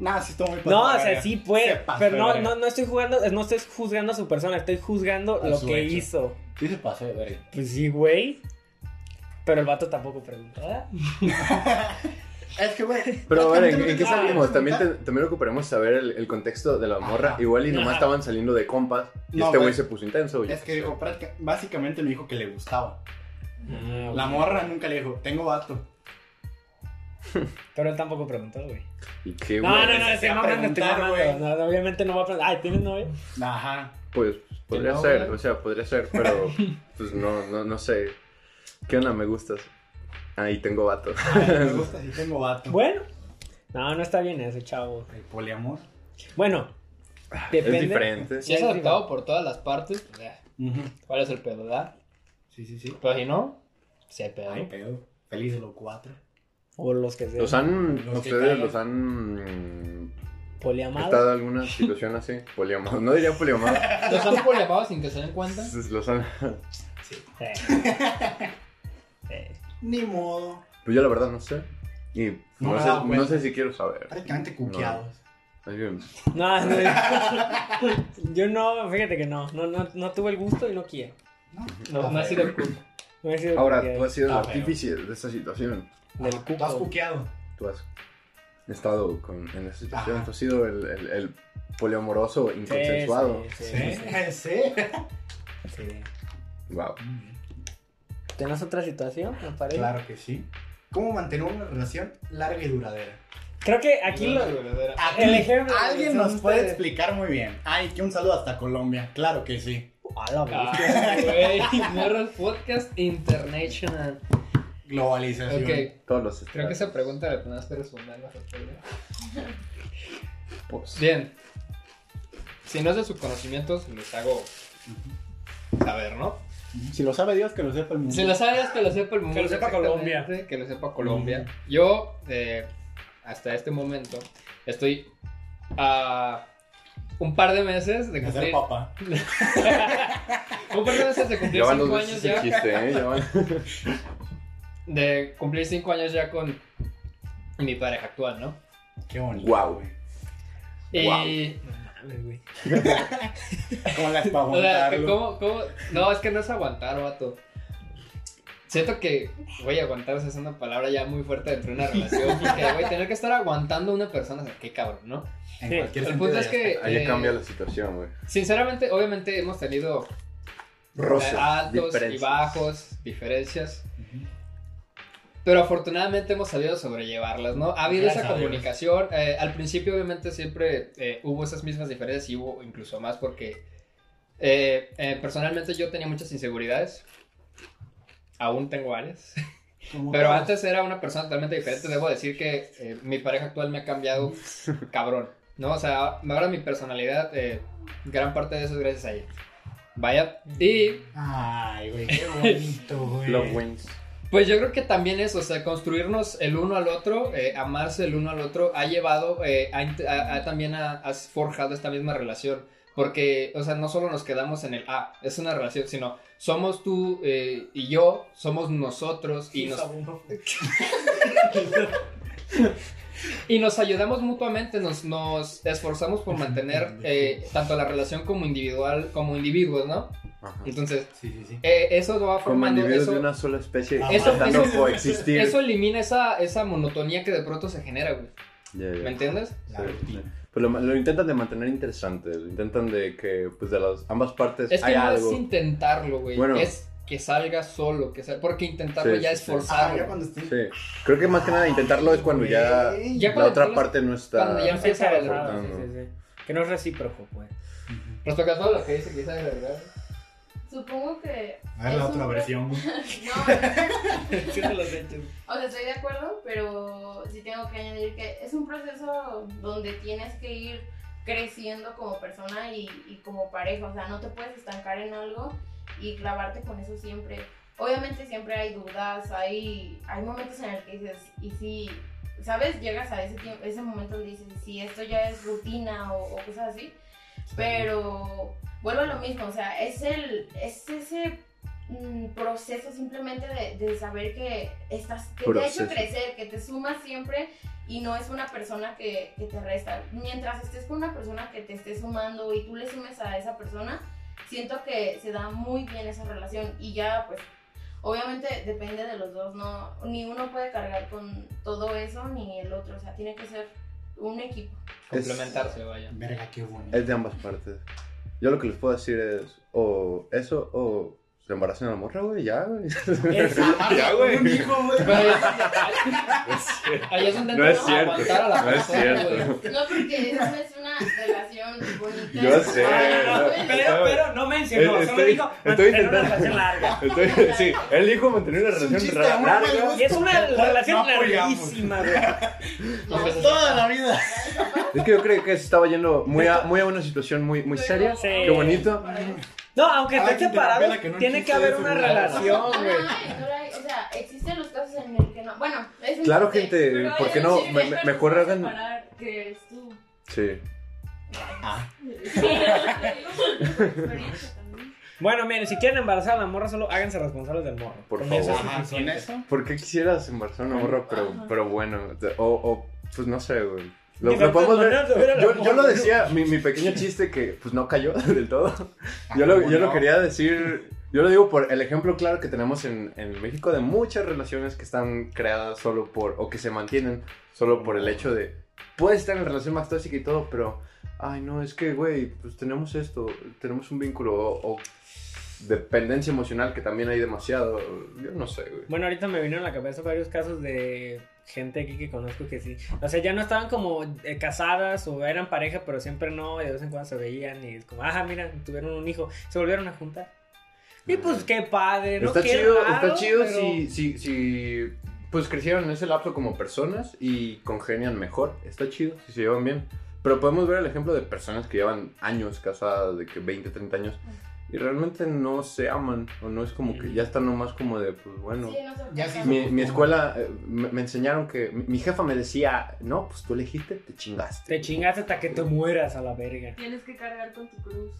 Speaker 2: Nah, sí, estoy muy
Speaker 3: No,
Speaker 2: pasado
Speaker 3: o
Speaker 2: de
Speaker 3: sea,
Speaker 2: verga.
Speaker 3: sí
Speaker 2: Se
Speaker 3: puede.
Speaker 2: pasó
Speaker 3: Pero
Speaker 2: de
Speaker 3: no,
Speaker 2: verga.
Speaker 3: no, no estoy jugando, no estoy juzgando a su persona, estoy juzgando
Speaker 2: A
Speaker 3: lo
Speaker 2: su
Speaker 3: que
Speaker 2: hecho.
Speaker 3: hizo.
Speaker 2: Sí se pasó de verga.
Speaker 3: Pues sí, güey. Pero el vato tampoco preguntó. ¿verdad?
Speaker 2: Es que, güey.
Speaker 1: Pero a ver,
Speaker 2: prácticamente
Speaker 1: ¿en, en
Speaker 2: no
Speaker 1: qué
Speaker 2: te puedo
Speaker 1: salimos? También, te,
Speaker 2: preguntar.
Speaker 1: también ocuparemos saber el, el contexto de la morra.
Speaker 2: Ajá.
Speaker 1: Igual y nomás
Speaker 3: Ajá.
Speaker 1: estaban saliendo de compas y
Speaker 2: No,
Speaker 1: este güey
Speaker 2: pues,
Speaker 1: se puso intenso. yo
Speaker 2: Es
Speaker 1: qué
Speaker 2: que
Speaker 1: sé.
Speaker 2: dijo, práctica- básicamente me dijo que le gustaba.
Speaker 3: Ah,
Speaker 2: La morra nunca le dijo, tengo vato.
Speaker 3: Pero él tampoco preguntó, güey.
Speaker 1: ¿Y qué,
Speaker 3: No,
Speaker 1: güey?
Speaker 3: no, no, estoy
Speaker 2: a
Speaker 3: mamando, estoy
Speaker 2: preguntar,
Speaker 3: mamando. No, no, obviamente no va a preguntar. Ay, ¿tienes novio?
Speaker 2: Ajá.
Speaker 1: Pues podría
Speaker 4: no,
Speaker 1: ser,
Speaker 4: güey.
Speaker 1: o sea, podría ser, pero pues no, no, no sé. ¿Qué onda? Me gustas. Ahí tengo vato.
Speaker 2: Me gusta, sí tengo vato.
Speaker 3: Bueno. No, no está bien eso, chavo.
Speaker 2: El poliamor.
Speaker 3: Bueno.
Speaker 2: Ah,
Speaker 3: Depende.
Speaker 1: Es diferente.
Speaker 4: Si es adoptado por todas las partes, pues, eh, ¿cuál es el pedo, verdad?
Speaker 2: Sí, sí, sí.
Speaker 4: Pero si no, si hay pedo.
Speaker 2: Ay, pedo. Feliz de los cuatro.
Speaker 3: O los que se
Speaker 1: ¿Los han,
Speaker 2: Los que
Speaker 1: ustedes
Speaker 2: cagan.
Speaker 1: los han mm,
Speaker 3: poliamados.
Speaker 1: estado en alguna situación así? Poliamado. No diría poliamado.
Speaker 4: ¿Los han polemados sin que se den cuenta?
Speaker 1: Los han...
Speaker 3: Eh. Eh.
Speaker 2: Ni modo.
Speaker 1: Pues yo la verdad no sé. Y no,
Speaker 2: No me he
Speaker 1: sé,
Speaker 2: dado cuenta.
Speaker 1: no sé si quiero saber.
Speaker 2: Prácticamente cuqueados.
Speaker 1: Más bien,
Speaker 3: No, no. Yo no, fíjate que no. No, no, no tuve el gusto y no quiero.
Speaker 2: No,
Speaker 4: No, no ha sido el culo.
Speaker 3: No he sido
Speaker 1: Ahora, pues,
Speaker 3: porque-
Speaker 1: tú has sido el
Speaker 2: Está feo.
Speaker 1: artífice de esta situación.
Speaker 3: del
Speaker 2: Ajá, Tú has
Speaker 3: cuco.
Speaker 2: cuqueado.
Speaker 1: Tú has estado con, en esta situación.
Speaker 2: Ajá.
Speaker 1: Tú has sido el, el, el poliamoroso inconsensuado.
Speaker 3: Sí, sí,
Speaker 2: Sí,
Speaker 3: sí,
Speaker 2: sí.
Speaker 3: sí, sí.
Speaker 1: Wow.
Speaker 3: ¿Tenés otra situación? Me parece.
Speaker 2: Claro que sí. ¿Cómo mantener una relación larga y duradera?
Speaker 3: Creo que aquí
Speaker 4: No,
Speaker 3: lo,
Speaker 4: de verdadera.
Speaker 3: El ejemplo
Speaker 2: Alguien
Speaker 3: son
Speaker 2: nos puede
Speaker 3: ustedes.
Speaker 2: explicar muy bien. Ay, que un saludo hasta Colombia. Claro que sí.
Speaker 3: A la bestia.
Speaker 4: Ah, güey, Morros Podcast International.
Speaker 2: Globalización.
Speaker 4: Ok,
Speaker 1: Todos los
Speaker 4: creo
Speaker 1: estragos.
Speaker 4: que esa pregunta la tenés que responder. ¿no? Pues, Bien. Si no es de su conocimiento, se los hago saber, ¿no?
Speaker 2: Si lo sabe Dios, que lo sepa el mundo.
Speaker 4: Si lo sabes, que lo sepa el mundo.
Speaker 3: Que lo sepa Colombia.
Speaker 4: exactamente, Que lo sepa Colombia. Yo, eh, hasta este momento, estoy a un par de meses de
Speaker 2: Que ser
Speaker 4: cumplir.
Speaker 2: papá.
Speaker 4: Un par de meses de cumplir
Speaker 1: Ya van dos
Speaker 4: cinco años
Speaker 1: veces el
Speaker 4: ya.
Speaker 1: chiste, ¿eh? Ya van-
Speaker 4: De cumplir cinco años ya con mi pareja actual, ¿no?
Speaker 2: Qué bonito.
Speaker 1: Guau.
Speaker 2: güey.
Speaker 4: Y.
Speaker 1: Guau.
Speaker 3: Mames, güey.
Speaker 2: ¿Cómo las para
Speaker 4: O sea,
Speaker 2: aguantarlo?
Speaker 4: ¿cómo, cómo? No, es que no es aguantar, vato. Siento que, güey, aguantarse es una palabra ya muy fuerte dentro de una relación. Porque, güey, tener que estar aguantando a una persona, o sea, qué cabrón, ¿no?
Speaker 2: En
Speaker 3: Sí,
Speaker 2: cualquier
Speaker 4: el
Speaker 2: sentido.
Speaker 4: punto es
Speaker 2: ya
Speaker 4: que-
Speaker 2: está.
Speaker 1: Ahí
Speaker 4: Eh,
Speaker 1: cambia la situación, güey.
Speaker 4: Sinceramente, obviamente hemos tenido
Speaker 1: Roces,
Speaker 4: Eh, altos y
Speaker 1: diferencias.
Speaker 4: bajos, diferencias.
Speaker 2: Ujú.
Speaker 4: Pero afortunadamente hemos sabido sobrellevarlas, ¿no? Ha habido
Speaker 2: Gracias
Speaker 4: esa
Speaker 2: a Dios.
Speaker 4: comunicación. eh, al principio, obviamente, siempre eh, hubo esas mismas diferencias y hubo incluso más porque eh, eh, personalmente yo tenía muchas inseguridades. Aún tengo varias.
Speaker 2: Como
Speaker 4: Pero
Speaker 2: todo.
Speaker 4: antes era una persona totalmente diferente. Debo decir que eh, mi pareja actual me ha cambiado cabrón, ¿no? O sea, ahora mi personalidad, eh, gran parte de eso es gracias a ella. Vaya. Y
Speaker 2: Ay, güey, qué bonito, güey.
Speaker 1: Love wins.
Speaker 4: Pues yo creo que también eso, o sea, construirnos el uno al otro, eh, amarse el uno al otro, ha llevado eh, a int- a- a también a, has forjado esta misma relación. Porque, o sea, no solo nos quedamos en el, ah, es una relación, sino somos tú eh, y yo, somos nosotros y nos, y nos ayudamos mutuamente, nos, nos esforzamos por mantener eh, tanto la relación como individual, como individuos, ¿no?
Speaker 1: Ajá.
Speaker 4: Entonces,
Speaker 2: Sí, sí, sí.
Speaker 4: eh, eso lo va
Speaker 1: Como
Speaker 4: formando,
Speaker 1: individuos
Speaker 4: eso,
Speaker 1: de una sola especie
Speaker 2: Ah,
Speaker 4: eso-
Speaker 1: intentando
Speaker 4: eso-
Speaker 1: coexistir.
Speaker 4: eso elimina esa, esa monotonía que de pronto se genera, güey.
Speaker 1: Ya, ya.
Speaker 4: ¿Me entiendes?
Speaker 1: Sí,
Speaker 2: La rutina.
Speaker 1: Pues lo, lo intentan de mantener interesante, lo intentan de que pues de las ambas partes
Speaker 4: Es que
Speaker 1: hay
Speaker 4: no
Speaker 1: algo.
Speaker 4: es intentarlo, güey.
Speaker 1: Bueno.
Speaker 4: Es que salga solo, que salga. Porque intentarlo
Speaker 1: Sí,
Speaker 4: ya
Speaker 1: sí,
Speaker 4: es
Speaker 1: sí.
Speaker 2: Ah, ya
Speaker 4: forzarlo.
Speaker 2: cuando esté.
Speaker 1: Sí. Creo que más que nada intentarlo es cuando ya
Speaker 2: Güey.
Speaker 4: Ya
Speaker 1: la
Speaker 4: cuando
Speaker 1: otra
Speaker 4: tú-
Speaker 1: parte no está.
Speaker 4: cuando ya-
Speaker 3: No se
Speaker 4: empieza a
Speaker 3: sabe,
Speaker 1: valer.
Speaker 3: sí, sí, sí. Que no es recíproco, pues.
Speaker 2: Ujú.
Speaker 4: Respecto a todo lo que dice, quizás de verdad.
Speaker 6: Supongo que.
Speaker 2: A ver Ah,
Speaker 6: es
Speaker 2: la
Speaker 6: un
Speaker 2: otra
Speaker 6: pro-
Speaker 2: versión. güey.
Speaker 6: No,
Speaker 3: Sí, te los he hecho.
Speaker 6: O sea, estoy de acuerdo, pero sí tengo que añadir que es un proceso donde tienes que ir creciendo como persona y, y como pareja. O sea, no te puedes estancar en algo y clavarte con eso siempre. Obviamente siempre hay dudas, hay, hay momentos en el que dices, y si, ¿sabes? Llegas a ese, tiempo, ese momento donde dices, si esto ya es rutina o, o cosas así. Pero vuelvo a lo mismo, o sea, es, el, es ese mm, proceso simplemente de, de saber que estás que te ha
Speaker 1: Proceso.
Speaker 6: hecho crecer, que te sumas siempre y no es una persona que, que te resta. Mientras estés con una persona que te esté sumando y tú le sumes a esa persona, siento que se da muy bien esa relación y ya pues obviamente depende de los dos, no ni uno puede cargar con todo eso ni el otro, o sea, tiene que ser un equipo.
Speaker 1: Es-
Speaker 4: Complementarse, vaya.
Speaker 2: Verga, qué bonito.
Speaker 1: Es de ambas partes. Yo lo que les puedo decir es o eso o se embarazan a la morra, güey, ya, güey.
Speaker 2: Ya, güey. Un hijo, güey.
Speaker 4: Pero ahí- ahí es donde
Speaker 1: No es
Speaker 4: entra
Speaker 1: cierto,
Speaker 4: aguantar a la
Speaker 1: no es
Speaker 4: persona,
Speaker 1: cierto.
Speaker 4: güey.
Speaker 6: No porque eso no es una relación bonita.
Speaker 1: Yo sé,
Speaker 6: Ah,
Speaker 1: no.
Speaker 6: pues,
Speaker 3: Pero, pero no mencionó,
Speaker 1: Eh,
Speaker 3: solo
Speaker 1: estoy-
Speaker 3: dijo
Speaker 1: estoy
Speaker 3: mantener una
Speaker 1: intentando.
Speaker 3: relación larga.
Speaker 1: Entonces, sí, él dijo mantener una
Speaker 2: Es un
Speaker 1: relación
Speaker 2: chiste,
Speaker 1: ra-
Speaker 2: amor,
Speaker 1: larga.
Speaker 2: güey.
Speaker 3: Y es una
Speaker 2: No
Speaker 3: relación
Speaker 2: apoyamos.
Speaker 3: larguísima, güey.
Speaker 4: Entonces,
Speaker 2: Toda la vida.
Speaker 1: Es que yo creo que se estaba yendo muy a, muy a una situación muy, muy
Speaker 6: pero-
Speaker 1: seria.
Speaker 3: Sí.
Speaker 1: Qué bonito.
Speaker 3: No, aunque
Speaker 2: Ay,
Speaker 3: estén
Speaker 2: que te
Speaker 3: separados,
Speaker 2: pela que no
Speaker 3: tiene que
Speaker 2: existe
Speaker 3: haber
Speaker 2: eso,
Speaker 3: una
Speaker 2: güey.
Speaker 3: relación,
Speaker 6: Ajá,
Speaker 3: güey.
Speaker 6: y no la- o sea, existen los casos en el que no. Bueno, es un
Speaker 1: Claro,
Speaker 6: chiste,
Speaker 1: gente,
Speaker 6: pero
Speaker 1: ¿por
Speaker 6: es
Speaker 1: qué
Speaker 6: un
Speaker 1: no?
Speaker 6: chiste.
Speaker 1: Me- me- mejor hagan.
Speaker 5: Separar que eres tú.
Speaker 1: Sí.
Speaker 5: Experiencia también.
Speaker 3: Bueno, miren, si quieren embarazar a la morra, solo háganse responsables del morro.
Speaker 1: Por
Speaker 3: Con
Speaker 1: favor.
Speaker 3: eso es
Speaker 2: Ajá, con
Speaker 3: suficiente.
Speaker 2: eso.
Speaker 1: ¿Por qué quisieras embarazar a una morra? Pero,
Speaker 5: Ajá.
Speaker 1: pero bueno, te- o, o, pues no sé, güey. Lo,
Speaker 3: Ni
Speaker 1: lo
Speaker 3: tanto
Speaker 1: podemos ver.
Speaker 3: mandarlo, ver a la
Speaker 1: Yo, yo
Speaker 3: morra,
Speaker 1: lo
Speaker 3: ¿no?
Speaker 1: decía, mi, mi pequeño chiste que pues no cayó del todo. Yo lo,
Speaker 2: Ah, ¿Cómo
Speaker 1: yo lo
Speaker 2: no?
Speaker 1: quería decir, yo lo digo por el ejemplo claro que tenemos en, en México de muchas relaciones que están creadas solo por, o que se mantienen solo por el hecho de, puedes estar en la relación más tóxica y todo, pero, ay no, es que, güey, pues tenemos esto, tenemos un vínculo o, o dependencia emocional que también hay demasiado, yo no sé, güey.
Speaker 3: Bueno, ahorita me vinieron a la cabeza varios casos de gente aquí que conozco que sí. O sea, ya no estaban como eh, casadas o eran pareja, pero siempre no, y de vez en cuando se veían y es como, ajá, mira, tuvieron un hijo, se volvieron a juntar. Y pues qué padre, ¿no?
Speaker 1: Está
Speaker 3: Qué
Speaker 1: chido,
Speaker 3: raro,
Speaker 1: está chido
Speaker 3: pero-
Speaker 1: si, si, si pues crecieron en ese lapso como personas y congenian mejor. Está chido si se llevan bien. Pero podemos ver el ejemplo de personas que llevan años casadas, de que 20, 30 años, y realmente no se aman, o no es como que ya están nomás como de, pues bueno.
Speaker 6: Sí, no sé por
Speaker 2: Ya
Speaker 6: qué.
Speaker 2: sí.
Speaker 1: Mi, mi escuela eh, me, me enseñaron que mi, mi jefa me decía, no, pues tú elegiste, te chingaste.
Speaker 3: Te chingaste hasta que te mueras a la verga.
Speaker 5: Tienes que cargar con tu cruz.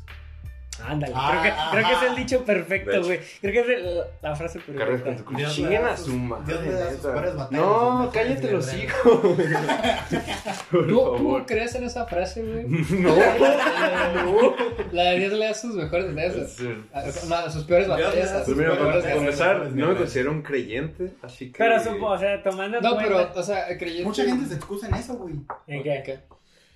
Speaker 3: Ándale,
Speaker 2: Ah,
Speaker 3: creo, que, creo que es el
Speaker 2: ajá.
Speaker 3: dicho
Speaker 1: De
Speaker 3: perfecto,
Speaker 1: hecho.
Speaker 3: güey. Creo que es el- la frase
Speaker 1: Cargas con tu
Speaker 3: perfecta.
Speaker 1: cruz.
Speaker 2: Dios
Speaker 1: Chinguen
Speaker 2: me da
Speaker 1: a
Speaker 2: sus-
Speaker 1: su madre,
Speaker 2: Dios me da sus
Speaker 1: neta.
Speaker 2: peores batallas,
Speaker 1: No,
Speaker 2: los mejores
Speaker 1: cállate los
Speaker 2: guerreros.
Speaker 1: hijos.
Speaker 4: ¿Tú,
Speaker 1: Por
Speaker 4: tú
Speaker 1: favor.
Speaker 4: crees en esa frase, güey?
Speaker 1: No,
Speaker 4: La de Dios le da sus mejores batallas.
Speaker 1: no.
Speaker 4: a- No, a sus peores
Speaker 2: Dios le da
Speaker 4: batallas. a
Speaker 1: Pues
Speaker 4: sus
Speaker 1: mira,
Speaker 4: peores
Speaker 1: para
Speaker 4: batallas.
Speaker 1: comenzar, no me considero un creyente, así que.
Speaker 3: Pero supo, o sea, tomando en
Speaker 4: No,
Speaker 3: cuenta-
Speaker 4: pero, o sea, creyente.
Speaker 2: Mucha gente se excusa en eso, güey.
Speaker 3: ¿En qué?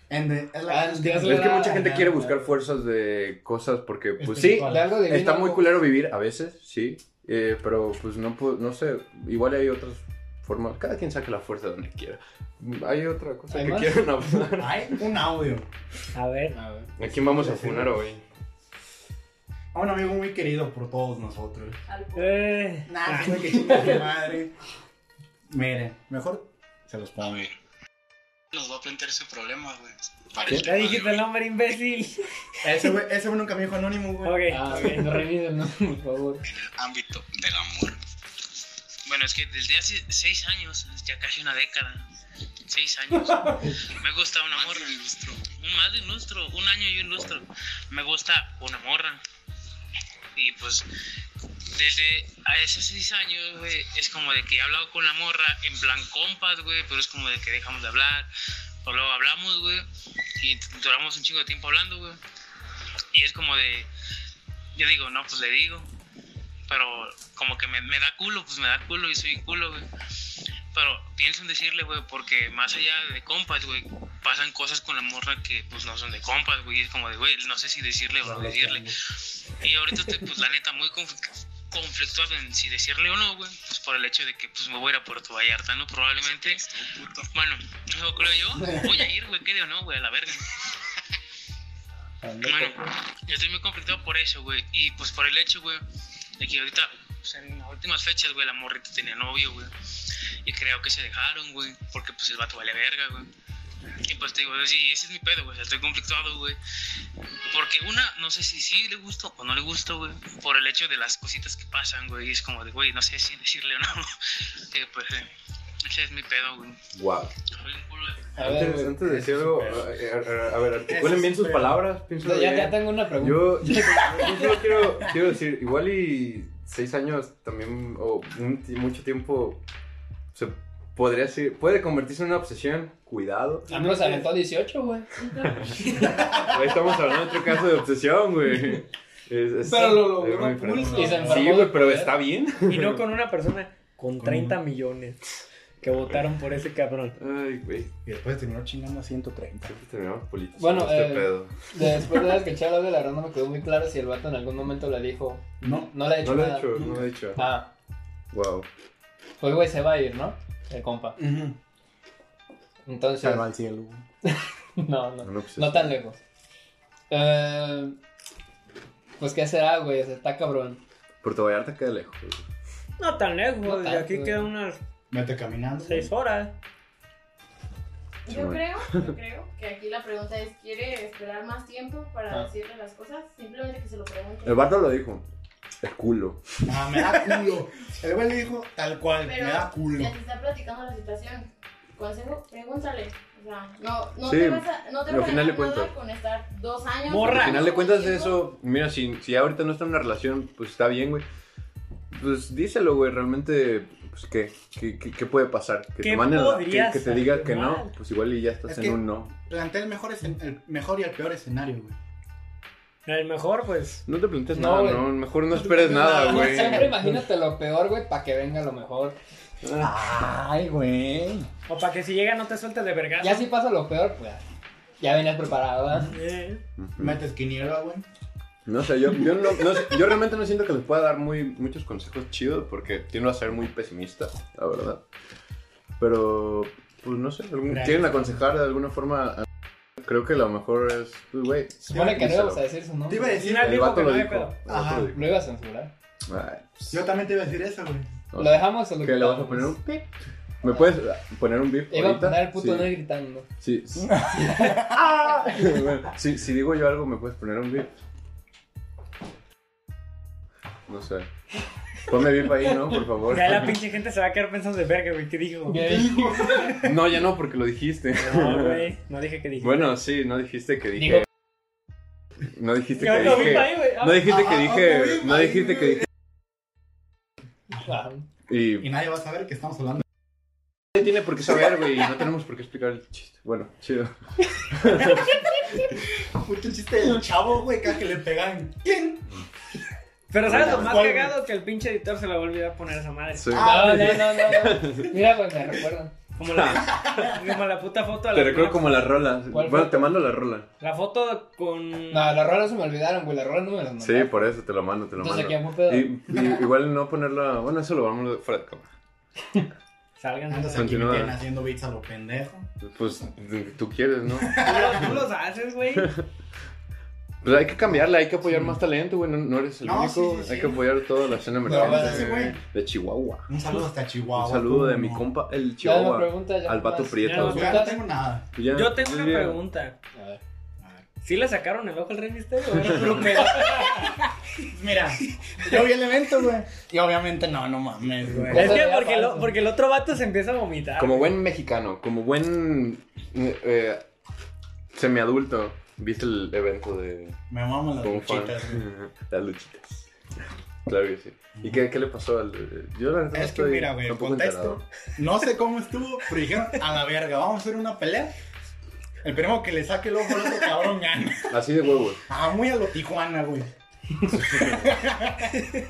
Speaker 2: En de- es
Speaker 4: Ah,
Speaker 2: la
Speaker 4: Dios le
Speaker 1: Es que
Speaker 4: da-
Speaker 1: mucha gente
Speaker 4: ah,
Speaker 1: quiere
Speaker 4: ah,
Speaker 1: buscar
Speaker 4: ah.
Speaker 1: fuerzas de cosas porque, pues sí,
Speaker 4: Este, De algo divino.
Speaker 1: está muy culero vivir a veces, sí, eh, pero pues no puedo, no sé, igual hay otras formas, cada quien saque la fuerza donde quiera. Hay otra cosa
Speaker 4: ¿Hay
Speaker 1: que
Speaker 4: más?
Speaker 1: quieran hablar.
Speaker 2: Hay un audio.
Speaker 3: A ver.
Speaker 4: A ver.
Speaker 1: ¿A quién vamos a funar hoy?
Speaker 2: A un amigo muy querido por todos nosotros.
Speaker 6: Al-
Speaker 3: Eh,
Speaker 2: Nah, ese güey que chinga su madre. Miren, mejor se los pongo.
Speaker 7: nos va a plantear su problema, güey. Para
Speaker 1: ¿Qué?
Speaker 7: el
Speaker 3: ya
Speaker 7: tema de
Speaker 3: dijiste el nombre, imbécil.
Speaker 2: Ese güey, ese güey nunca me dijo anónimo, güey.
Speaker 3: Ok.
Speaker 4: Ah, ok, no reviven, no, por favor.
Speaker 7: en el ámbito del amor.
Speaker 8: Bueno, es que desde hace seis años, ya casi una década, seis años, me gusta una morra. Un más de un lustro, un año y un lustro. Me gusta una morra. Y pues, desde a esos seis años, güey, es como de que he hablado con la morra en plan compas, güey, pero es como de que dejamos de hablar. O luego hablamos, güey, y duramos un chingo de tiempo hablando, güey. Y es como de, yo digo, no, pues le digo pero como que me, me da culo, pues me da culo y soy culo, güey. Pero pienso en decirle, güey, porque más allá de compas, güey, pasan cosas con la morra que pues no son de compas, güey. Es como de, güey, no sé si decirle o no decirle. Y ahorita estoy, pues la neta, muy conf- conflictuado en si decirle o no, güey. Pues por el hecho de que pues me voy a ir a Puerto Vallarta, ¿no? Probablemente. Bueno, yo creo yo, voy a ir, güey, quede o no, güey, a la verga. Bueno, yo estoy muy conflictado por eso, güey. Y pues por el hecho, güey, de que ahorita, pues, en las últimas fechas, güey, la morrita tenía novio, güey. Y creo que se dejaron, güey, porque pues el vato vale verga, güey. Y pues te digo, sí, ese es mi pedo, güey, o sea, estoy conflictuado, güey. Porque una, no sé si sí le gusto o no le gusto, güey, por el hecho de las cositas que pasan, güey. Y es como de, güey, no sé si decirle o no. que pues, eh, ese es mi pedo, güey.
Speaker 1: Wow.
Speaker 8: Soy un culo de-
Speaker 4: A ver,
Speaker 1: Antes,
Speaker 4: güey.
Speaker 1: antes de decir algo, eh, a, a- a ver,
Speaker 2: Eso
Speaker 1: articulen
Speaker 2: es
Speaker 1: bien sus
Speaker 2: feo.
Speaker 1: palabras, pienso
Speaker 4: Ya, ya tengo una pregunta.
Speaker 1: Yo, yo solo quiero, quiero decir, igual y seis años también, o un ti- mucho tiempo, se podría decir, puede convertirse en una obsesión. Cuidado.
Speaker 4: A mí nos aventó 18, güey.
Speaker 1: Ahí estamos hablando de otro caso de obsesión, güey. Es- es-
Speaker 4: Pero lo logró
Speaker 1: es muy
Speaker 4: a
Speaker 1: diferente.
Speaker 4: pulso. Y se enfermó
Speaker 1: Sí, güey,
Speaker 4: de
Speaker 1: pero
Speaker 4: poder.
Speaker 1: está bien.
Speaker 3: Y no con una persona con 30 millones que votaron por ese cabrón.
Speaker 1: Ay, güey.
Speaker 2: Y después terminó chingando a 130.
Speaker 1: Siempre terminamos políticos.
Speaker 4: Bueno,
Speaker 1: con este
Speaker 4: eh,
Speaker 1: pedo.
Speaker 4: Después de escuchar la de la ronda me quedó muy claro si el vato en algún momento le dijo.
Speaker 2: No.
Speaker 4: No le ha hecho
Speaker 1: No lo he
Speaker 4: nada.
Speaker 1: hecho, no lo he hecho.
Speaker 4: Ah,
Speaker 1: Wow.
Speaker 4: pues güey, se va a ir, ¿no? El compa. Entonces.
Speaker 2: Se va al cielo, güey.
Speaker 4: No, no.
Speaker 1: una obsesión.
Speaker 4: No tan lejos. Eh, pues qué será, güey. O sea, está cabrón.
Speaker 1: Puerto Vallarta queda lejos.
Speaker 3: No tan lejos,
Speaker 4: No
Speaker 3: de
Speaker 4: tanto,
Speaker 3: aquí
Speaker 4: güey.
Speaker 3: quedan unas
Speaker 2: Vete caminando. güey.
Speaker 3: 6 horas.
Speaker 6: Yo creo, yo creo que aquí la pregunta es, ¿quiere esperar más tiempo para
Speaker 4: Ah.
Speaker 6: decirle las cosas? Simplemente que se lo pregunte.
Speaker 1: El bardo lo dijo. Es culo.
Speaker 2: Ah, me da culo. El güey le dijo tal cual,
Speaker 6: Pero-
Speaker 2: me da culo.
Speaker 6: Ya te está platicando la situación. Consejo, pregúntale. O sea, no, no
Speaker 1: Sí,
Speaker 6: te vas a, no te
Speaker 1: al
Speaker 6: vas a
Speaker 1: final le
Speaker 6: ganar nada
Speaker 1: cuento.
Speaker 6: con estar dos años.
Speaker 3: Morra.
Speaker 1: Al final de cuentas,
Speaker 6: Tiempo.
Speaker 1: eso, mira, si, si ahorita no está en una relación, pues está bien, güey. Pues díselo, güey, realmente, pues ¿qué? ¿Qué, qué- qué puede pasar? Que
Speaker 3: ¿Qué
Speaker 1: te manden, la- que,
Speaker 3: podría
Speaker 1: que te diga
Speaker 3: salir
Speaker 1: que no,
Speaker 3: mal?
Speaker 1: pues igual y ya estás
Speaker 2: Es
Speaker 1: en
Speaker 2: que-
Speaker 1: un no.
Speaker 2: Plantea el mejor, escen- el mejor y el peor escenario, güey.
Speaker 3: El mejor, pues.
Speaker 1: No te plantees
Speaker 4: No,
Speaker 1: nada,
Speaker 4: güey.
Speaker 1: no, mejor no
Speaker 2: No te
Speaker 1: esperes
Speaker 2: plantees
Speaker 1: nada,
Speaker 2: nada,
Speaker 1: güey.
Speaker 4: Siempre imagínate lo peor, güey, para que venga lo mejor.
Speaker 2: Ay, güey.
Speaker 3: O para que si llega no te sueltes de vergas.
Speaker 4: Ya si pasa lo peor, pues ya venías preparado, ¿verdad?
Speaker 3: Eh,
Speaker 1: Ujú.
Speaker 2: Metes quiniela, güey.
Speaker 1: No sé, yo, yo, no- no sé, yo realmente no siento que les pueda dar muy, muchos consejos chidos porque tiendo a ser muy pesimista, la verdad. Pero, pues no sé, algún-
Speaker 3: Gracias.
Speaker 1: quieren aconsejar de alguna forma. a- Creo que lo mejor es, pues, güey.
Speaker 4: Supone que no
Speaker 1: díselo.
Speaker 4: íbamos a decir su
Speaker 2: Te
Speaker 4: nombre.
Speaker 2: iba a
Speaker 3: Al
Speaker 2: decir,
Speaker 3: final
Speaker 1: El
Speaker 3: dijo
Speaker 1: vato
Speaker 3: que no
Speaker 1: lo
Speaker 3: había
Speaker 1: dijo.
Speaker 3: pedo.
Speaker 1: el vato
Speaker 2: Ajá.
Speaker 1: lo dijo.
Speaker 4: Lo iba a censurar.
Speaker 1: Ay,
Speaker 2: yo también te iba a decir eso, güey.
Speaker 1: no sé.
Speaker 4: Lo dejamos o lo
Speaker 1: ¿Qué le vas a
Speaker 4: quitamos?
Speaker 1: poner un pip? ¿Me puedes ah, poner un bip?
Speaker 4: Iba a
Speaker 1: ahorita?
Speaker 4: poner el puto
Speaker 1: Sí,
Speaker 4: nerd gritando.
Speaker 1: Sí. sí. Bueno, si, si digo yo algo, ¿me puedes poner un bip? No sé. Ponme bip ahí, ¿no? Por favor.
Speaker 3: Ya la pinche gente se va a quedar pensando de verga, güey, ¿qué dijo?
Speaker 4: Dijo
Speaker 1: No, ya no, porque lo dijiste.
Speaker 3: No, güey, no dije que dije.
Speaker 1: Bueno, sí, no dijiste que dije. No dijiste
Speaker 3: Yo
Speaker 1: que
Speaker 3: lo vi
Speaker 1: dije.
Speaker 3: ahí, güey.
Speaker 1: No dijiste que
Speaker 2: Ah, ah,
Speaker 1: dije.
Speaker 2: ok,
Speaker 1: No
Speaker 2: bye.
Speaker 1: dijiste que dije.
Speaker 4: Ajá.
Speaker 1: Y
Speaker 2: Y nadie va a saber que estamos hablando.
Speaker 1: nadie tiene por qué saber, güey. y No tenemos por qué explicar el chiste. Bueno, chido.
Speaker 2: Mucho chiste del chavo, güey, cada que le pegan. ¿Quién?
Speaker 3: Pero ¿sabes lo más
Speaker 2: ¿Cuál?
Speaker 3: cagado? Que el pinche editor se le va a olvidar poner esa madre. Ah,
Speaker 1: Sí.
Speaker 4: No, no, no, no, no. Mira, pues me recuerdan.
Speaker 3: Como la, como la puta foto. de
Speaker 1: Te
Speaker 3: la-
Speaker 1: recuerdo como la rola.
Speaker 4: ¿Cuál fue?
Speaker 1: Bueno, te mando la rola.
Speaker 3: La foto con...
Speaker 4: No, las rolas se me olvidaron, güey. Las rolas no me las
Speaker 1: Sí,
Speaker 4: mandaron.
Speaker 1: por eso te la mando, te la
Speaker 4: Entonces,
Speaker 1: mando.
Speaker 4: ¿a quién fue pedo?
Speaker 1: Y- y- igual no ponerla. Bueno, eso lo vamos a fuera de cámara.
Speaker 3: Salgan.
Speaker 2: Andas
Speaker 3: Tú,
Speaker 2: aquí
Speaker 1: Continúa.
Speaker 2: metiendo haciendo beats a lo pendejo.
Speaker 1: Pues tú quieres, ¿no?
Speaker 3: lo- tú los haces, güey.
Speaker 1: Pues hay que cambiarla, hay que apoyar más talento, güey. No, no eres el
Speaker 2: No,
Speaker 1: único.
Speaker 2: sí, sí, sí.
Speaker 1: Hay que apoyar toda la escena
Speaker 4: No,
Speaker 1: emergente
Speaker 4: sí,
Speaker 2: Pues, güey.
Speaker 1: de Chihuahua.
Speaker 2: Un saludo hasta Chihuahua.
Speaker 1: Un saludo de mi
Speaker 2: ¿cómo
Speaker 1: compa, el
Speaker 4: Ya no me
Speaker 1: Chihuahua.
Speaker 4: pregunta, ya
Speaker 1: al
Speaker 4: no
Speaker 1: vato
Speaker 4: más.
Speaker 1: prieto.
Speaker 4: Ya no me
Speaker 2: no? Ya no
Speaker 4: preguntas.
Speaker 2: tengo nada.
Speaker 1: Ya-
Speaker 3: Yo tengo una
Speaker 1: ya-
Speaker 3: pregunta.
Speaker 4: A ver.
Speaker 3: ¿Sí le sacaron el ojo al Rey Misterio? o era puro pedo?
Speaker 2: Mira, yo vi el evento, güey. Y obviamente no, no mames, güey.
Speaker 3: es que porque, lo- porque el otro vato se empieza a vomitar.
Speaker 1: Como buen mexicano, como buen eh, eh, semiadulto, viste el evento de
Speaker 2: Me mamo las
Speaker 1: como fan.
Speaker 2: luchitas, güey.
Speaker 1: Las luchitas. Claro que sí. ¿Y qué, qué le pasó al.? eh, Yo la verdad
Speaker 2: Es que mira, güey, el
Speaker 1: tampoco
Speaker 2: contexto.
Speaker 1: enterado.
Speaker 2: No sé cómo estuvo, pero dijeron a la verga, vamos a hacer una pelea. El primero que le saque el ojo al otro cabrón gana.
Speaker 1: Así de huevos.
Speaker 2: Ah, muy a lo Tijuana, güey.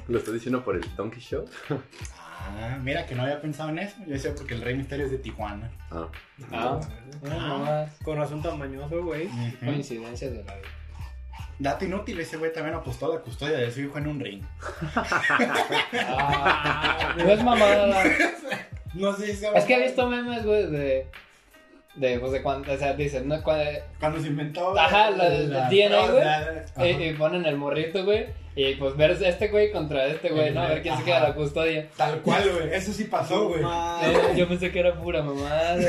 Speaker 1: ¿Lo estás diciendo por el Donkey Show?
Speaker 2: Ah, mira que no había pensado en eso. Yo decía porque el Rey Misterio es de Tijuana.
Speaker 1: Ah.
Speaker 4: Ah, no más.
Speaker 3: Con asunto mañoso, güey.
Speaker 2: Ujú.
Speaker 4: Coincidencias de la vida.
Speaker 2: Dato inútil, ese güey también apostó a la custodia de su hijo en un ring.
Speaker 4: Ah, no es mamada.
Speaker 2: No sé si
Speaker 4: Es que he visto memes, güey, de. De, pues, de cuando, o sea, dicen, ¿no? Cuando, eh,
Speaker 2: Cuando se inventó.
Speaker 4: Ajá, la del DNA, güey. Eh,
Speaker 2: güey.
Speaker 4: y ponen el morrito, güey, y pues ver este güey contra este güey, ¿no? A ver quién se queda la custodia.
Speaker 2: Tal cual, güey. Eso sí pasó, güey.
Speaker 4: Yo, yo pensé que era pura mamada, güey.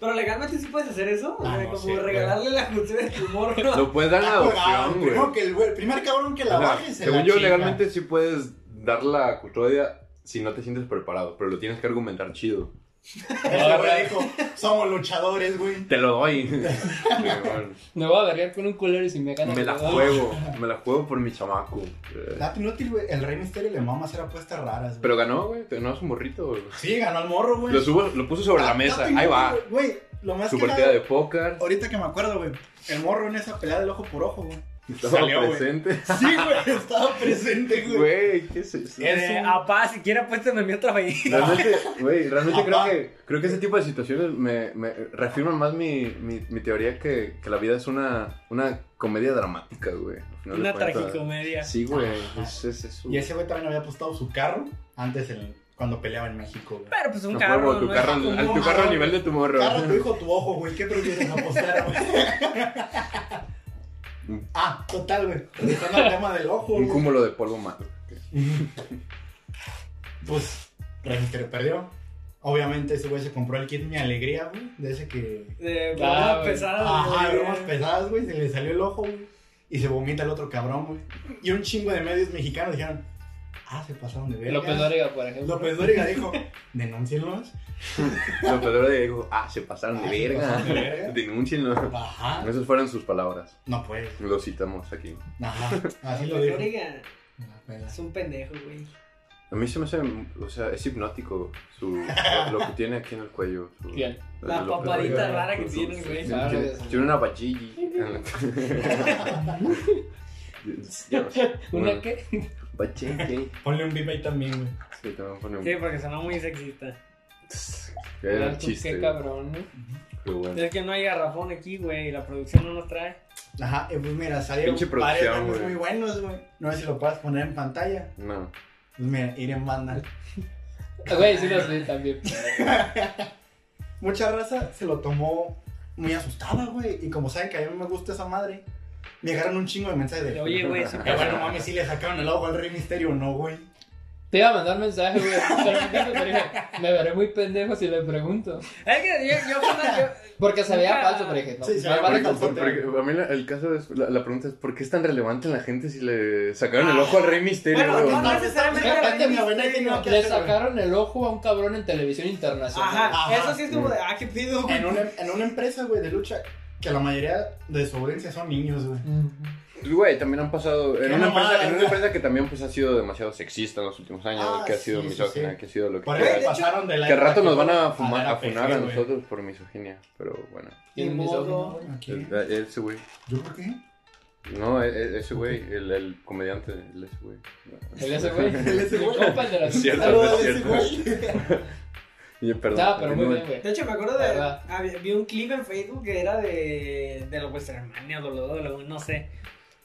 Speaker 3: Pero legalmente sí puedes hacer eso. O
Speaker 2: Ah,
Speaker 3: sea,
Speaker 2: no
Speaker 3: como
Speaker 2: sé,
Speaker 3: regalarle la custodia de tu morro.
Speaker 1: Lo puedes dar en
Speaker 2: Ah,
Speaker 1: adopción, güey.
Speaker 2: primero que el, güey- el primer cabrón que la
Speaker 1: O sea,
Speaker 2: baje se
Speaker 1: según
Speaker 2: la
Speaker 1: yo,
Speaker 2: chinga.
Speaker 1: legalmente sí puedes dar la custodia si no te sientes preparado, pero lo tienes que argumentar chido.
Speaker 2: Ese güey dijo, somos luchadores, güey.
Speaker 1: Te lo doy. Pero,
Speaker 4: Me voy a vergar con un culero y si me gana.
Speaker 1: me la
Speaker 4: me voy.
Speaker 1: juego, me la juego por mi chamaco. Eh,
Speaker 2: Dato inútil, güey. El Rey Misterio le mama hacer apuestas raras, güey.
Speaker 1: Pero ganó, güey, ganó a su morrito. güey.
Speaker 2: Sí, ganó al morro, güey.
Speaker 1: Lo, subo, lo puso sobre la
Speaker 2: Dato
Speaker 1: mesa,
Speaker 2: inútil,
Speaker 1: ahí va.
Speaker 2: Güey, lo más
Speaker 1: Su
Speaker 2: que
Speaker 1: partida
Speaker 2: nada,
Speaker 1: de póker,
Speaker 2: Ahorita que me acuerdo, güey. El morro en esa pelea del ojo por ojo, güey.
Speaker 1: estaba
Speaker 2: Salió, güey.
Speaker 1: presente.
Speaker 2: Sí, güey. Estaba presente, güey.
Speaker 1: Güey, ¿qué es eso?
Speaker 2: Es
Speaker 3: Eh,
Speaker 2: un-
Speaker 3: Apá, si quiere apuéstame mi otra vez.
Speaker 1: Realmente, güey, realmente creo
Speaker 2: Papá.
Speaker 1: que, creo que ese tipo de situaciones me, me reafirman más mi, mi, mi teoría que, que la vida es una, una comedia dramática, güey. Al final de
Speaker 3: Una
Speaker 1: cuentas.
Speaker 3: tragicomedia.
Speaker 1: Sí, güey, es, es eso.
Speaker 2: Y ese güey también había apostado su carro antes en- cuando peleaba en México, güey.
Speaker 3: Pero pues un
Speaker 1: No,
Speaker 3: carro.
Speaker 1: huevo, tu
Speaker 3: no es
Speaker 1: carro,
Speaker 3: como
Speaker 1: al- tu
Speaker 3: un-
Speaker 1: carro a nivel de tu morro.
Speaker 2: Carro, tu hijo, tu ojo, güey. ¿Qué prefieres apostar, güey? ah, total, güey. Regresando al tema del ojo,
Speaker 1: Un
Speaker 2: güey.
Speaker 1: cúmulo de polvo malo.
Speaker 2: Pues, Rey Misterio perdió. Obviamente, ese güey se compró el kit Mi Alegría, güey. De ese que.
Speaker 3: De
Speaker 4: Ah,
Speaker 3: bromas
Speaker 4: güey.
Speaker 3: pesadas.
Speaker 2: Ajá,
Speaker 3: güey.
Speaker 2: bromas pesadas, güey. Se le salió el ojo, güey. Y se vomita el otro cabrón, güey. Y un chingo de medios mexicanos dijeron: Ah, se pasaron de verga.
Speaker 4: López Dóriga, por ejemplo.
Speaker 2: López Dóriga dijo: Denúncienlos.
Speaker 1: Lo peor de dijo, ah, se pasaron
Speaker 2: Ah,
Speaker 1: de
Speaker 2: se pasaron de verga.
Speaker 1: verga. Denúncienlo.
Speaker 2: Ajá.
Speaker 1: Esas fueron sus palabras.
Speaker 2: No puede.
Speaker 1: Lo citamos aquí.
Speaker 2: Ajá. Así lo
Speaker 3: López
Speaker 2: dijo.
Speaker 3: Dóriga
Speaker 2: Me la pela.
Speaker 3: Es un pendejo, güey.
Speaker 1: A mí se me hace, o sea, es hipnótico su, lo, lo que tiene aquí en el cuello. su-
Speaker 4: Bien.
Speaker 3: La
Speaker 1: lo-
Speaker 3: papadita
Speaker 1: lo-
Speaker 3: rara que
Speaker 1: su-
Speaker 3: tiene,
Speaker 1: su-
Speaker 3: güey.
Speaker 1: Tiene, tiene- tiene una bachilli. Ya no sé.
Speaker 4: ¿Una
Speaker 1: Bueno,
Speaker 4: qué?
Speaker 1: Bachilli.
Speaker 2: Ponle un bip ahí también, güey.
Speaker 1: Sí, te voy a poner un-
Speaker 3: Sí, porque sonó muy sexista.
Speaker 1: Era
Speaker 4: Ah,
Speaker 1: un
Speaker 4: tú,
Speaker 1: chiste.
Speaker 4: Qué cabrón, ¿no?
Speaker 1: pero bueno.
Speaker 3: Es que no hay garrafón aquí, güey. Y la producción no nos trae.
Speaker 2: Ajá, eh, pues mira, salieron
Speaker 1: Pinche
Speaker 2: varios
Speaker 1: producción,
Speaker 2: memes
Speaker 1: güey.
Speaker 2: muy buenos, güey. No sé si lo puedas poner en pantalla.
Speaker 1: No.
Speaker 2: Pues mira, ir en banda.
Speaker 4: Ah, Güey, sí los vi también.
Speaker 2: Mucha raza se lo tomó muy asustada, güey. Y como saben que a mí me gusta esa madre, me llegaron un chingo de mensajes de...
Speaker 3: Oye, güey, sí,
Speaker 2: "Eh, bueno, mami, sí le sacaron el ojo al Rey Misterio, ¿no, güey?
Speaker 4: Te iba a mandar mensaje, güey. pero me dijo, pero dije, Me veré muy pendejo si le pregunto.
Speaker 3: Es que yo, yo, cuando yo-
Speaker 4: Porque se veía
Speaker 3: Nunca-
Speaker 4: falso, pero dije, no.
Speaker 2: Sí, se
Speaker 4: me
Speaker 2: veía
Speaker 4: vale
Speaker 2: falso.
Speaker 4: con-
Speaker 1: Por- porque a mí la- el caso es, la, la pregunta es, ¿por qué es tan relevante en la gente si le sacaron el ojo al Rey Misterio?
Speaker 3: Ah. Bueno,
Speaker 1: güey?
Speaker 3: no, no necesariamente
Speaker 2: Aparte,
Speaker 3: al Rey
Speaker 2: mi abuela
Speaker 3: Misterio.
Speaker 2: tenía que
Speaker 4: Le
Speaker 2: hacer, güey.
Speaker 4: sacaron el ojo a un cabrón en televisión internacional.
Speaker 3: Ajá,
Speaker 2: Ajá.
Speaker 3: eso sí es como de, ah, qué pido, güey.
Speaker 2: En una, en una empresa, güey, de lucha, que la mayoría de su audiencia son niños, güey.
Speaker 4: Ujú.
Speaker 1: Pues, Güey, también han pasado. En
Speaker 2: Qué
Speaker 1: una,
Speaker 2: mamada,
Speaker 1: empresa, en una
Speaker 2: ¿verdad?
Speaker 1: empresa que también pues, ha sido demasiado sexista en los últimos años,
Speaker 2: Ah,
Speaker 1: que ha
Speaker 2: sí,
Speaker 1: sido
Speaker 2: sí,
Speaker 1: misógina,
Speaker 2: sí.
Speaker 1: que ha sido lo que
Speaker 2: Por
Speaker 1: quieras.
Speaker 2: eso pasaron de la.
Speaker 1: Que al rato nos van a,
Speaker 2: a
Speaker 1: fumar,
Speaker 2: la
Speaker 1: a funar a
Speaker 2: perfil, güey.
Speaker 1: nosotros por misoginia, pero bueno.
Speaker 2: Ni modo.
Speaker 1: El- el- Ese güey.
Speaker 2: ¿Yo por qué?
Speaker 1: No, e- e- ese güey, el, el comediante, el ese güey.
Speaker 4: El ese güey.
Speaker 2: El ese güey.
Speaker 4: Mi compa, el de la
Speaker 1: Es cierto.
Speaker 2: Saludos,
Speaker 1: es
Speaker 2: ese
Speaker 1: cierto.
Speaker 2: güey.
Speaker 1: Y, perdón.
Speaker 4: No, pero muy
Speaker 1: continúa.
Speaker 4: bien, güey.
Speaker 3: De hecho, me acuerdo de.
Speaker 4: ¿Verdad?
Speaker 3: ah, vi- vi un clip en Facebook que era de, de la vuestra hermana, WWE, no sé.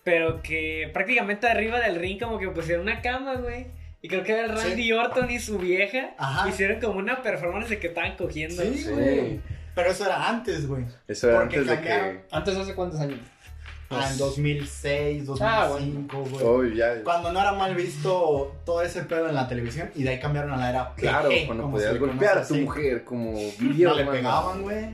Speaker 3: Pero que prácticamente arriba del ring, como que pusieron una cama, güey. Y creo que era el
Speaker 2: Sí.
Speaker 3: Randy Orton y su vieja.
Speaker 2: Ajá.
Speaker 3: Hicieron como una performance de que estaban cogiendo.
Speaker 2: Sí, güey. Pero eso era antes, güey.
Speaker 1: Eso era
Speaker 2: Porque
Speaker 1: antes de
Speaker 2: cambiaron.
Speaker 1: que.
Speaker 4: Antes hace cuántos años.
Speaker 2: Ah, en 2006,
Speaker 4: Ah,
Speaker 2: 2005, güey.
Speaker 1: Oh, ya.
Speaker 2: Cuando no era mal visto todo ese pedo en la televisión y de ahí cambiaron a la era PG,
Speaker 1: Claro, cuando
Speaker 2: como
Speaker 1: podías
Speaker 2: se le
Speaker 1: golpear a tu
Speaker 2: conoce, sí.
Speaker 1: mujer Ah, como
Speaker 2: No
Speaker 1: video,
Speaker 2: le
Speaker 1: mano.
Speaker 2: pegaban, güey.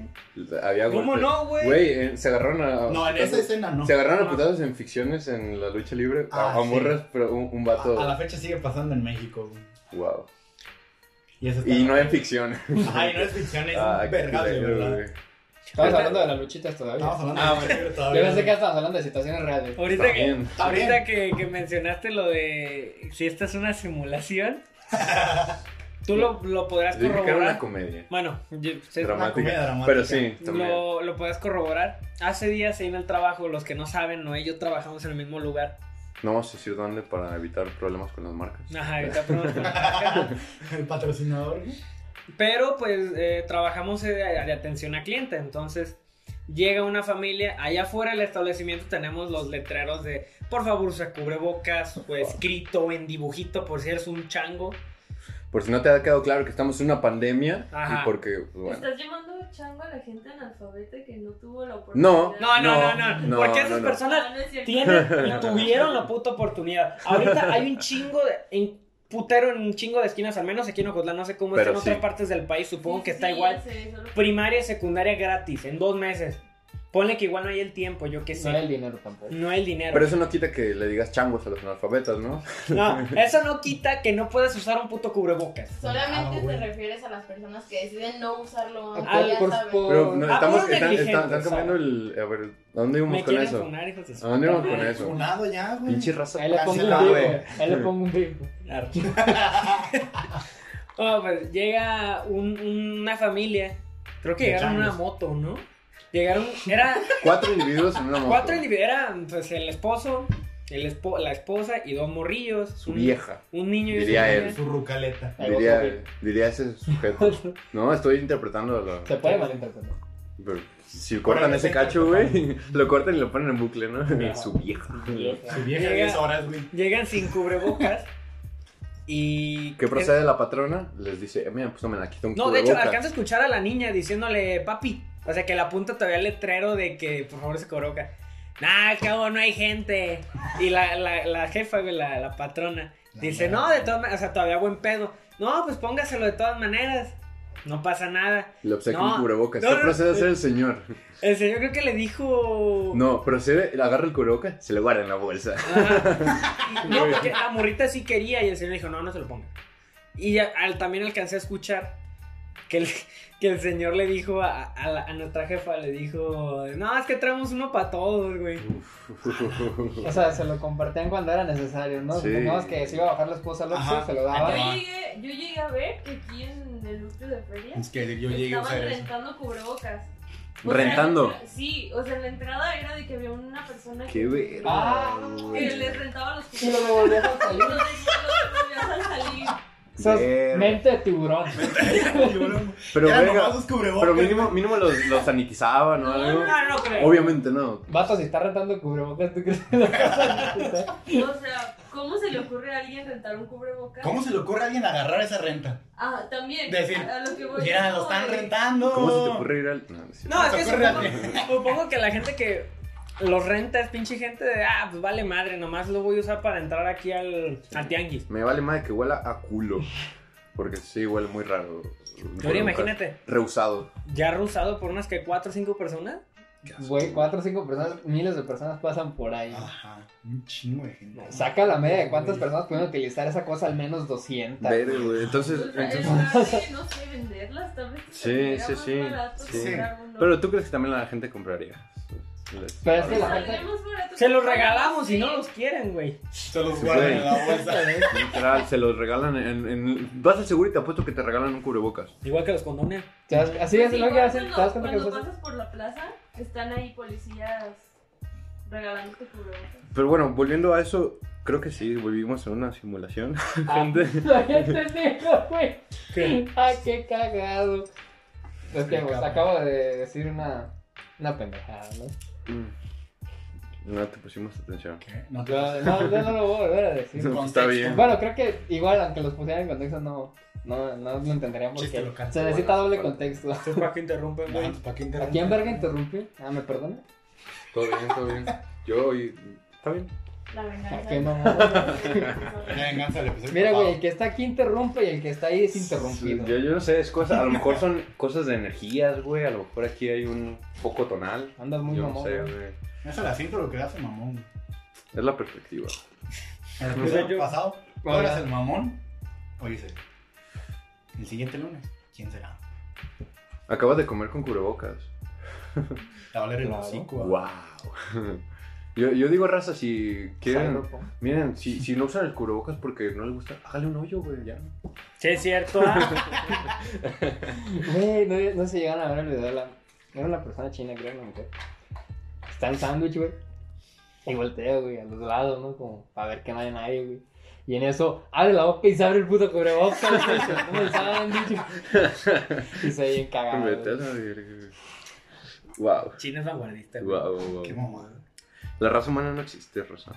Speaker 1: Había
Speaker 3: ¿Cómo
Speaker 1: golpes.
Speaker 3: no, güey?
Speaker 1: Güey, eh, se agarraron a.
Speaker 2: No, en esa escena no.
Speaker 1: Se agarraron a
Speaker 3: No.
Speaker 1: putazos en ficciones en la lucha libre. a
Speaker 2: Ah,
Speaker 1: a
Speaker 2: sí.
Speaker 1: morras, pero un, un
Speaker 2: A,
Speaker 1: vato.
Speaker 2: a la fecha sigue pasando en México, güey.
Speaker 1: Wow.
Speaker 2: Y eso está-
Speaker 1: Y no en ficción.
Speaker 2: Ay, no es ficción, es
Speaker 1: Ah,
Speaker 2: un
Speaker 1: qué
Speaker 2: vergazo, de
Speaker 1: culero,
Speaker 2: ¿verdad?
Speaker 1: güey.
Speaker 4: Estamos hablando de las luchitas todavía.
Speaker 2: Estamos hablando
Speaker 4: Ah,
Speaker 2: de
Speaker 4: bueno.
Speaker 2: México
Speaker 4: Yo
Speaker 2: todavía.
Speaker 4: pensé que estábamos hablando de situaciones reales.
Speaker 3: Ahorita,
Speaker 1: Está
Speaker 3: que,
Speaker 1: bien.
Speaker 2: Está bien.
Speaker 3: ahorita que, que mencionaste lo de si esta es una simulación, tú lo, lo podrás
Speaker 1: Yo dije que era una
Speaker 3: corroborar.
Speaker 1: comedia.
Speaker 3: Bueno, yo, se-
Speaker 2: Una
Speaker 1: Dramática.
Speaker 2: comedia dramática.
Speaker 1: Pero sí, también.
Speaker 3: Lo, lo puedes corroborar. Hace días ahí en el trabajo, los que no saben, Noé y yo trabajamos en el mismo lugar.
Speaker 1: No vamos a decir dónde para evitar problemas con las marcas.
Speaker 3: Ajá, ahorita ponemos con la marca.
Speaker 2: El patrocinador, güey.
Speaker 3: Pero pues eh, trabajamos eh, de, de atención a cliente. Entonces llega una familia. Allá afuera del establecimiento tenemos los letreros de por favor usa cubrebocas, o escrito en dibujito por si eres un chango.
Speaker 1: Por si no te ha quedado claro que estamos en una pandemia
Speaker 3: Ajá.
Speaker 1: y porque, bueno.
Speaker 5: Estás llamando chango a la gente analfabeta que no tuvo la oportunidad.
Speaker 1: No,
Speaker 3: No, no, no, no.
Speaker 1: no,
Speaker 3: porque esas
Speaker 1: no, no.
Speaker 3: personas
Speaker 5: Ah, no es cierto.
Speaker 3: tienen y tuvieron la puta oportunidad. Ahorita hay un chingo de. En, putero en un chingo de esquinas, al menos aquí en Ocotlán, no sé cómo está
Speaker 1: Pero
Speaker 3: en otras
Speaker 1: sí.
Speaker 3: partes del país, supongo
Speaker 5: Sí,
Speaker 3: que
Speaker 5: sí,
Speaker 3: está
Speaker 5: sí,
Speaker 3: igual.
Speaker 5: ya sé, solo-
Speaker 3: Primaria y secundaria gratis, en dos meses. Ponle que igual no hay el tiempo, yo qué sé.
Speaker 4: No era el dinero tampoco.
Speaker 3: No hay el dinero.
Speaker 1: Pero eso no quita que le digas changos a los analfabetas, ¿no?
Speaker 2: Oh.
Speaker 3: No, eso no quita que no puedas usar un puto cubrebocas.
Speaker 6: Solamente
Speaker 2: Ah, güey.
Speaker 6: te refieres a las personas que deciden no usarlo.
Speaker 4: Por-
Speaker 6: aunque ya
Speaker 4: por-
Speaker 6: saben.
Speaker 4: por-
Speaker 1: Pero no,
Speaker 3: Ah,
Speaker 1: estamos,
Speaker 3: fueron
Speaker 1: están, están,
Speaker 3: negligentes,
Speaker 1: están cambiando el... A ver, ¿a dónde íbamos
Speaker 3: Me
Speaker 1: con
Speaker 3: quieren
Speaker 1: eso?
Speaker 3: funar, hijos de su
Speaker 1: ¿A dónde íbamos
Speaker 3: puta
Speaker 1: con
Speaker 3: madre.
Speaker 1: eso?
Speaker 2: Funado ya, güey.
Speaker 1: Pinche raza.
Speaker 4: Ahí le pongo un
Speaker 2: Cancela,
Speaker 4: vivo.
Speaker 2: güey.
Speaker 4: Ahí le pongo un vivo.
Speaker 3: Arre. Ah, pues, llega un- una familia. Creo que
Speaker 2: De
Speaker 3: llegaron en una
Speaker 2: changos.
Speaker 3: moto, ¿no? Llegaron, era
Speaker 1: Cuatro individuos en una moto.
Speaker 3: cuatro individuos, eran pues el esposo, el espo- la esposa y dos morrillos.
Speaker 1: Su
Speaker 3: un-
Speaker 1: vieja,
Speaker 3: Un niño y
Speaker 1: Diría
Speaker 3: su
Speaker 1: él.
Speaker 3: niña.
Speaker 2: Su rucaleta.
Speaker 4: Ahí va otro
Speaker 1: diría,
Speaker 4: vivo.
Speaker 1: diría ese sujeto. No, estoy interpretando la...
Speaker 4: Se puede malinterpretar.
Speaker 1: Pero si cortan ese cacho, güey, lo cortan y lo ponen en bucle, ¿no? Su vieja.
Speaker 2: Su vieja de
Speaker 3: Llega-
Speaker 2: 10 horas, güey.
Speaker 3: Llegan sin cubrebocas y...
Speaker 1: Que procede la patrona, les dice, eh, mira, pues no me la quito un
Speaker 3: No, de hecho,
Speaker 1: cubrebocas.
Speaker 3: alcanza a escuchar a la niña diciéndole papi. O sea, que le apunta todavía el letrero de que por favor se cubrebocas. Nah, al cabo no hay gente. Y la, la, la jefa, güey, la, la patrona,
Speaker 2: La
Speaker 3: dice,
Speaker 2: mera.
Speaker 3: no, de todas maneras, o sea, todavía buen pedo. No, pues póngaselo de todas maneras. No pasa nada.
Speaker 1: Le obsequia
Speaker 3: No,
Speaker 1: un cubrebocas.
Speaker 3: no,
Speaker 1: ¿Qué
Speaker 3: no,
Speaker 1: procede a
Speaker 3: no.
Speaker 1: hacer el señor?
Speaker 3: El señor creo que le dijo...
Speaker 1: No, procede, le agarra el cubrebocas, se le guarda en la bolsa.
Speaker 3: Ajá. Y- No, porque la morrita sí quería y el señor dijo, no, no se lo ponga. Y ya- al, también alcancé a escuchar que el, que el señor le dijo a, a la- a nuestra jefa, le dijo, no, es que traemos uno para todos, güey.
Speaker 4: O sea, se lo compartían cuando era necesario, ¿no?
Speaker 1: Sí.
Speaker 4: Si teníamos que si iba a bajar la esposa al Oxxo,
Speaker 2: Ajá.
Speaker 4: se lo
Speaker 5: Yo
Speaker 4: daban.
Speaker 2: Ah,
Speaker 5: llegué, yo llegué a ver que aquí en el núcleo de ferias
Speaker 2: Es que yo llegué a
Speaker 5: estaban
Speaker 2: usar eso.
Speaker 5: rentando cubrebocas. O sea,
Speaker 1: Rentando.
Speaker 5: sí, o sea, en la entrada era de que había una persona
Speaker 1: Qué
Speaker 5: que,
Speaker 1: verga.
Speaker 4: Ah,
Speaker 5: que
Speaker 1: güey.
Speaker 5: les rentaba los
Speaker 4: Y lo
Speaker 5: cubrebocas.
Speaker 4: devolvías al
Speaker 5: Y
Speaker 4: salir.
Speaker 5: los devolvías al salir.
Speaker 4: Sos
Speaker 1: Verga.
Speaker 4: mente de tiburón.
Speaker 1: Pero
Speaker 2: Eran nomás
Speaker 1: verga,
Speaker 2: sus cubrebocas.
Speaker 1: pero mínimo, mínimo los, los sanitizaban o algo.
Speaker 3: No, no creo.
Speaker 1: Obviamente no.
Speaker 4: Vato, si está rentando cubrebocas, ¿tú crees que lo vas a necesitar?
Speaker 5: O sea, ¿cómo se le ocurre a alguien rentar un cubrebocas?
Speaker 2: ¿Cómo se le ocurre a alguien agarrar esa renta?
Speaker 5: Ah, también.
Speaker 2: Decir,
Speaker 5: a, a lo que voy.
Speaker 2: Mira, lo
Speaker 5: como
Speaker 2: están
Speaker 5: de-
Speaker 2: rentando.
Speaker 1: ¿Cómo se te ocurre ir al.? No, no es cierto.
Speaker 3: No, es que
Speaker 2: Te ocurre a
Speaker 3: supongo, supongo que la gente que los renta es pinche gente de, ah, pues vale madre, nomás lo voy a usar para entrar aquí al, al tianguis.
Speaker 1: Me vale más que huela a culo. Porque sí, huele muy raro.
Speaker 3: Ahora imagínate,
Speaker 1: Reusado.
Speaker 3: ya rusado por unas que cuatro o cinco personas.
Speaker 4: Güey, cuatro o cinco personas, miles de personas pasan por ahí.
Speaker 2: Ajá, un chingo de gente.
Speaker 4: Saca la media de cuántas personas pueden utilizar esa cosa, al menos 200.
Speaker 1: Verga, güey. Entonces,
Speaker 5: O sea, en
Speaker 1: entonces.
Speaker 5: lugar de, no sé, venderlas, tal vez.
Speaker 1: Sí,
Speaker 5: era
Speaker 1: sí,
Speaker 5: más
Speaker 1: sí,
Speaker 5: barato
Speaker 1: sí.
Speaker 5: comprar uno.
Speaker 1: Pero tú crees que también la gente compraría. Les-
Speaker 4: Pero es que la gente-
Speaker 5: Saldría Pues, más barato
Speaker 3: Se los
Speaker 5: que-
Speaker 3: regalamos si no
Speaker 5: Sí. Pues
Speaker 3: los quieren, güey.
Speaker 2: Se los guardan en la bolsa.
Speaker 1: Literal, se los regalan en, en- Vas al seguro y te apuesto que te regalan un cubrebocas.
Speaker 3: Igual que los condones.
Speaker 4: Te das- Así es
Speaker 5: Sí,
Speaker 4: lo que
Speaker 5: igual
Speaker 4: hacen. ¿Te
Speaker 5: Cuando,
Speaker 4: das cuenta que
Speaker 5: cuando
Speaker 4: los hacen?
Speaker 5: pasas por la plaza, están ahí policías regalándote cubrebocas.
Speaker 1: Pero bueno, volviendo a eso, creo que sí, volvimos a una simulación.
Speaker 4: Ah,
Speaker 1: Gente.
Speaker 4: lo había entendido, güey. Ay, qué cagado. Es que pues, acabo de decir una, una pendejada, ¿no?
Speaker 1: Mm. No te pusimos atención.
Speaker 2: ¿Qué? No te
Speaker 4: Yo- No, yo no lo voy a volver a decir.
Speaker 1: Está bien.
Speaker 4: Bueno, creo que igual, aunque los pusieran en contexto, no, no, no lo entenderían
Speaker 2: Chiste
Speaker 4: porque
Speaker 2: local.
Speaker 4: se necesita
Speaker 2: Bueno,
Speaker 4: doble
Speaker 2: bueno.
Speaker 4: contexto.
Speaker 3: Eso es para que interrumpen, güey.
Speaker 2: ¿Para qué
Speaker 4: ¿A
Speaker 2: interrumpir?
Speaker 4: quién verga interrumpí? Ah, ¿me perdona?
Speaker 1: Todo bien, todo bien. Yo y. Está bien.
Speaker 6: La
Speaker 4: Ah,
Speaker 6: venganza.
Speaker 4: qué mamada.
Speaker 2: Una venganza del episodio
Speaker 4: Mira, güey, el
Speaker 2: pasado.
Speaker 4: que está aquí interrumpe y el que está ahí es interrumpido.
Speaker 1: Yo, yo no sé, es cosa, a lo mejor son cosas de energías, güey. A lo mejor aquí hay un foco tonal.
Speaker 4: Andas muy
Speaker 1: yo no
Speaker 4: mamón.
Speaker 1: sé,
Speaker 4: güey.
Speaker 1: güey.
Speaker 2: Es a las 5 lo que le hace mamón. güey.
Speaker 1: Es la perspectiva.
Speaker 2: El
Speaker 3: No sé,
Speaker 2: episodio
Speaker 3: yo-
Speaker 2: pasado, ¿tú
Speaker 4: Ahora.
Speaker 2: eras el mamón? Hoy dice. El siguiente lunes, ¿quién será?
Speaker 1: Acabas de comer con cubrebocas.
Speaker 2: La Valeria ah, el
Speaker 4: Claro.
Speaker 2: hocico. güey.
Speaker 1: ¡Wow! Yo, yo digo, raza, si quieren.
Speaker 4: Cyberpunk.
Speaker 1: Miren, si, si no usan el cubrebocas porque no les gusta, hágale un hoyo, güey, ya.
Speaker 3: Sí, es cierto. ah.
Speaker 4: Güey, no, no se llegan a ver el video de la. Era una persona china, creo, una mujer. Está en sándwich, güey. Y volteo, güey, a los lados, ¿no? Como para ver que no hay nadie, güey. Y en eso abre la boca y se abre el puto cubrebocas, güey. Se come el sándwich. güey. Y se ve bien cagado.
Speaker 1: Vete a
Speaker 4: güey.
Speaker 1: la verga. Wow.
Speaker 3: China es vanguardista, güey.
Speaker 1: Wow, wow.
Speaker 2: Qué mamada.
Speaker 1: La raza humana no existe, Rosa.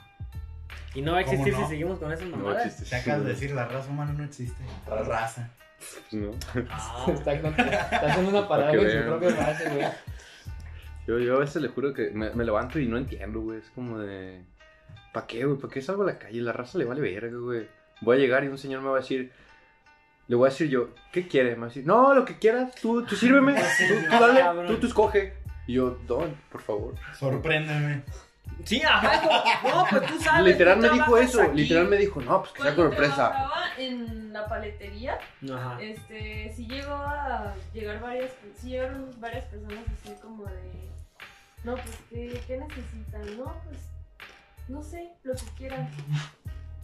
Speaker 3: Y no va a existir
Speaker 2: ¿Cómo no?
Speaker 3: si seguimos con esas
Speaker 1: No
Speaker 3: mamadas.
Speaker 1: existe.
Speaker 2: Te acabas de decir, la raza humana no existe. La raza.
Speaker 1: No.
Speaker 3: Ah.
Speaker 4: Está, con- está haciendo una
Speaker 1: Para
Speaker 4: parada
Speaker 1: que
Speaker 4: con su
Speaker 1: vean.
Speaker 4: propia frase, güey.
Speaker 1: Yo, yo a veces le juro que me, me levanto y no entiendo, güey. Es como de. ¿Para qué, güey? ¿Para qué salgo a la calle? La raza le vale verga, güey. Voy a llegar y un señor me va a decir. Le voy a decir yo, ¿qué quieres? Me va a decir, no, lo que quieras, tú, tú sírveme, tú, tú dale,
Speaker 3: cabrón.
Speaker 1: tú, tú escoge. Y yo, don, por favor.
Speaker 2: Sorpréndeme.
Speaker 3: Sí, ajá. No, pues tú sabes.
Speaker 1: literal
Speaker 3: tú
Speaker 1: me dijo
Speaker 3: trabajas
Speaker 1: eso,
Speaker 3: aquí.
Speaker 1: literal me dijo, no, pues que sea
Speaker 5: Cuando
Speaker 1: sorpresa.
Speaker 5: trabajaba en la paletería,
Speaker 3: Ajá.
Speaker 5: este, sí llegó a llegar varias, sí llegaron varias personas así como de, no, pues, ¿qué, qué necesitan? No, pues, no sé, lo que quieran.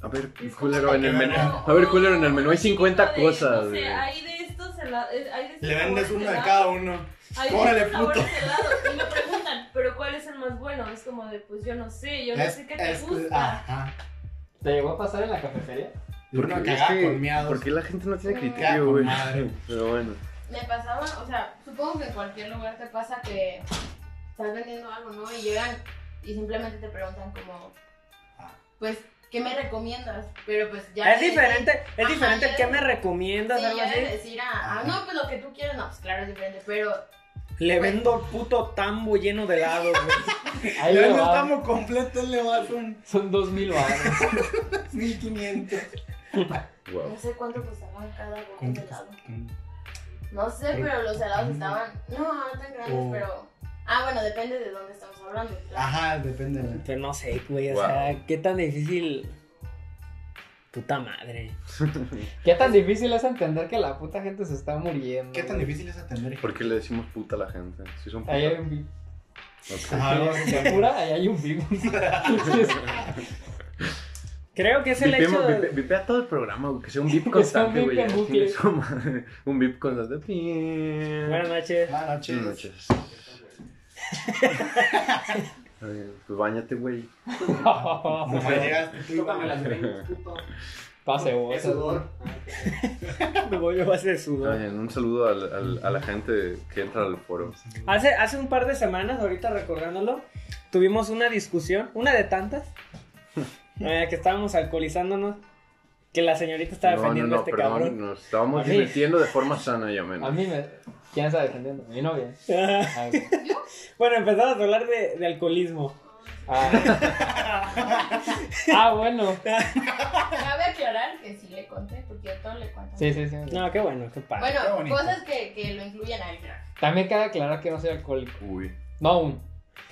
Speaker 1: A ver,
Speaker 5: Es como
Speaker 1: culero,
Speaker 5: para
Speaker 1: en
Speaker 2: que
Speaker 1: el menú.
Speaker 2: vean.
Speaker 1: A ver, culero, en el menú hay
Speaker 5: Un tipo
Speaker 1: 50
Speaker 5: de,
Speaker 1: cosas,
Speaker 5: No
Speaker 1: güey.
Speaker 5: sé, hay de estos helados, hay de estos
Speaker 2: Le vendes
Speaker 5: sabores
Speaker 2: uno de
Speaker 5: helados,
Speaker 2: cada uno.
Speaker 5: hay de
Speaker 2: ¡Órale,
Speaker 5: estos sabores
Speaker 2: puto!
Speaker 5: helados, Y me preguntan, ¿pero cuál es el más bueno? Es como de, pues, yo no sé, yo no sé qué te
Speaker 2: es- ah.
Speaker 5: gusta.
Speaker 2: Ajá.
Speaker 4: ¿Te llegó a pasar en la cafetería?
Speaker 1: Porque
Speaker 2: Uno
Speaker 1: es
Speaker 2: cagada
Speaker 1: que-
Speaker 2: con miados.
Speaker 1: ¿por qué la gente no tiene
Speaker 6: Cagada
Speaker 1: criterio,
Speaker 2: con
Speaker 1: güey?
Speaker 2: madre.
Speaker 1: Pero bueno.
Speaker 6: Me pasaba, o sea, supongo que en cualquier lugar te pasa que estás vendiendo algo, ¿no? Y llegan y simplemente te preguntan como,
Speaker 2: Ah.
Speaker 6: pues, ¿qué me recomiendas? Pero pues ya...
Speaker 3: es
Speaker 6: le-
Speaker 3: diferente, es
Speaker 6: Ajá,
Speaker 3: diferente
Speaker 6: ya
Speaker 3: que
Speaker 6: le-
Speaker 3: me recomiendas,
Speaker 6: Sí,
Speaker 3: algo
Speaker 6: ya
Speaker 3: así.
Speaker 6: de decir a, ah, no, pues lo que tú quieras, no, pues claro, es diferente, pero
Speaker 3: Le vendo el puto tambo lleno de helado, güey.
Speaker 4: Ahí
Speaker 2: Le
Speaker 4: le
Speaker 2: vendes
Speaker 4: va.
Speaker 2: tamo completo, le vas un
Speaker 4: Son dos mil baros.
Speaker 2: 1500.
Speaker 1: Wow.
Speaker 6: no sé cuánto costaban cada bote de helado.
Speaker 2: Con-
Speaker 6: No sé, pero los helados estaban, no, no tan grandes,
Speaker 2: Oh.
Speaker 6: pero... Ah, bueno, depende de dónde estamos hablando. claro.
Speaker 2: Ajá, depende. de la-
Speaker 3: Pero Pues no sé, güey, o
Speaker 1: Wow.
Speaker 3: sea, qué tan difícil. Puta madre.
Speaker 4: ¿Qué tan difícil es entender que la puta gente se está muriendo?
Speaker 2: ¿Qué tan
Speaker 4: güey?
Speaker 2: difícil es atender?
Speaker 1: ¿Por qué le decimos puta a la gente? Si son
Speaker 4: Ahí hay
Speaker 1: putas.
Speaker 4: un bip.
Speaker 1: Ok.
Speaker 2: Ajá, algo así.
Speaker 4: ¿Se cura? Ahí hay un bip.
Speaker 3: Creo que es el
Speaker 1: Vipemos-
Speaker 3: hecho de.
Speaker 1: vipe- vipea todo el programa, güey, que sea un vip
Speaker 4: Que sea un
Speaker 1: constante,
Speaker 4: vip
Speaker 1: güey.
Speaker 4: en
Speaker 1: ya,
Speaker 4: bucle.
Speaker 1: chingue su madre. Un vip constante. Buenas
Speaker 3: Buenas noches.
Speaker 2: Buenas noches.
Speaker 1: noches. A ver, Pues bañate, güey.
Speaker 2: Como ya llegaste tú,
Speaker 4: Pase vos.
Speaker 3: Me voy a hacer sudor.
Speaker 1: Ay, Un saludo al- al- a la gente que entra al foro.
Speaker 3: Hace, hace un par de semanas, ahorita recordándolo, tuvimos una discusión, una de tantas, eh, que estábamos alcoholizándonos, que la señorita estaba
Speaker 1: no, no,
Speaker 3: defendiendo
Speaker 1: no,
Speaker 3: a este
Speaker 1: perdón,
Speaker 3: cabrón.
Speaker 1: nos estábamos
Speaker 4: A mí.
Speaker 1: divirtiendo de forma sana, ya menos.
Speaker 4: A mí me. ¿Quién está defendiendo? Mi novia. Ah, güey.
Speaker 3: bueno, empezamos a hablar de, de alcoholismo.
Speaker 4: Ah. Ah, bueno.
Speaker 6: Cabe aclarar que sí le conté, porque yo todo le cuento.
Speaker 4: Sí, sí, sí.
Speaker 3: No, qué bueno, qué padre.
Speaker 2: Qué
Speaker 6: Bueno,
Speaker 2: bonito.
Speaker 6: cosas que, que lo incluyen al crack.
Speaker 4: También queda aclarar que no soy alcohólico.
Speaker 1: Uy.
Speaker 4: No aún.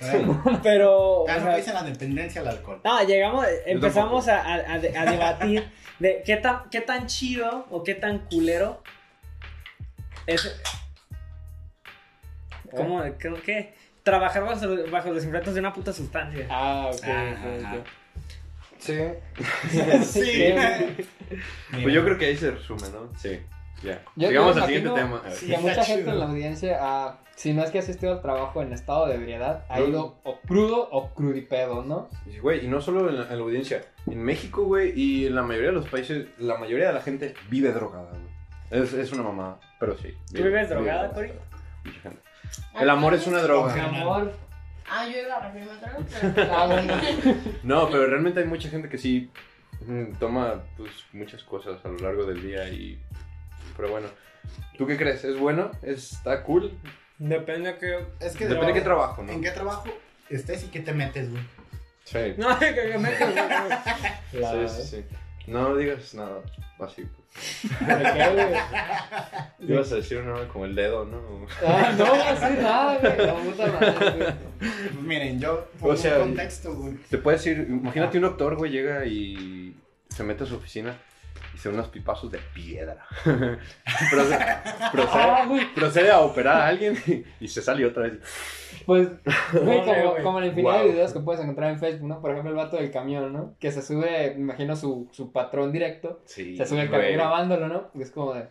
Speaker 2: Bueno,
Speaker 3: Pero. o
Speaker 2: Ya no
Speaker 3: sea,
Speaker 2: dicen la dependencia al alcohol.
Speaker 3: No, llegamos, empezamos
Speaker 1: tampoco.
Speaker 3: a, a- a de- a debatir de qué tan, qué tan chido o qué tan culero
Speaker 1: Eh.
Speaker 3: es... ¿Cómo? ¿Qué? qué? trabajar bajo, bajo los influencias de una puta sustancia.
Speaker 4: Ah, ok,
Speaker 3: Ajá.
Speaker 4: ok, ok.
Speaker 1: Sí.
Speaker 2: Sí.
Speaker 1: Pues yo creo que ahí se resume, ¿no? Sí. Ya.
Speaker 4: Yo-
Speaker 1: Sigamos
Speaker 4: yo
Speaker 1: al
Speaker 4: me
Speaker 1: siguiente
Speaker 4: imagino
Speaker 1: tema. A ver.
Speaker 4: Que
Speaker 2: Sí.
Speaker 4: mucha
Speaker 2: Está
Speaker 4: gente
Speaker 2: chido.
Speaker 4: en la audiencia, ah, si no es que ha asistido al trabajo en estado de ebriedad, ha
Speaker 1: Mm.
Speaker 4: ido o crudo o crudipedo, ¿no?
Speaker 1: Y, Güey, y no solo en la, en la audiencia. En México, güey, y en la mayoría de los países, la mayoría de la gente vive drogada, güey. Es, es una mamada, pero sí.
Speaker 3: ¿Tú vives drogada, Cori?
Speaker 1: Mucha gente. El amor es una
Speaker 4: Mi
Speaker 1: droga.
Speaker 4: amor.
Speaker 6: Ah, yo iba a referirme a otra vez, pero.
Speaker 4: Ah, bueno.
Speaker 1: No, pero realmente hay mucha gente que sí mm, toma pues, muchas cosas a lo largo del día y... Pero bueno, ¿tú qué crees? ¿Es bueno? ¿Está cool?
Speaker 3: Depende de que.
Speaker 2: Es que
Speaker 1: Depende de qué
Speaker 2: trabajo-
Speaker 1: trabajo, ¿no?
Speaker 2: ¿En qué trabajo estés y qué te metes, güey?
Speaker 1: Sí.
Speaker 3: No, que que me.
Speaker 1: Sí, sí, sí. No digas nada así. pues.
Speaker 4: ¿Por qué, güey?
Speaker 1: Ibas a decir una como el dedo, ¿no?
Speaker 4: Ah, no, así nada, güey. La puta madre, güey.
Speaker 2: Pues miren, yo pongo
Speaker 1: O
Speaker 2: un
Speaker 1: sea,
Speaker 2: contexto, güey.
Speaker 1: Te puedes ir, imagínate un doctor, güey, llega y se mete a su oficina y se da unos pipazos de piedra. procede,
Speaker 4: Ah,
Speaker 1: procede,
Speaker 4: güey.
Speaker 1: procede a operar a alguien y, y se sale otra vez.
Speaker 4: Pues, güey,
Speaker 3: No,
Speaker 4: como,
Speaker 3: güey.
Speaker 4: como la infinidad de
Speaker 1: Wow.
Speaker 4: videos que puedes encontrar en Facebook, ¿no? Por ejemplo, el vato del camión, ¿no? Que se sube, me imagino, su, su patrón directo.
Speaker 1: Sí.
Speaker 4: Se sube el
Speaker 1: güey.
Speaker 4: camión grabándolo, ¿no? Y es como de,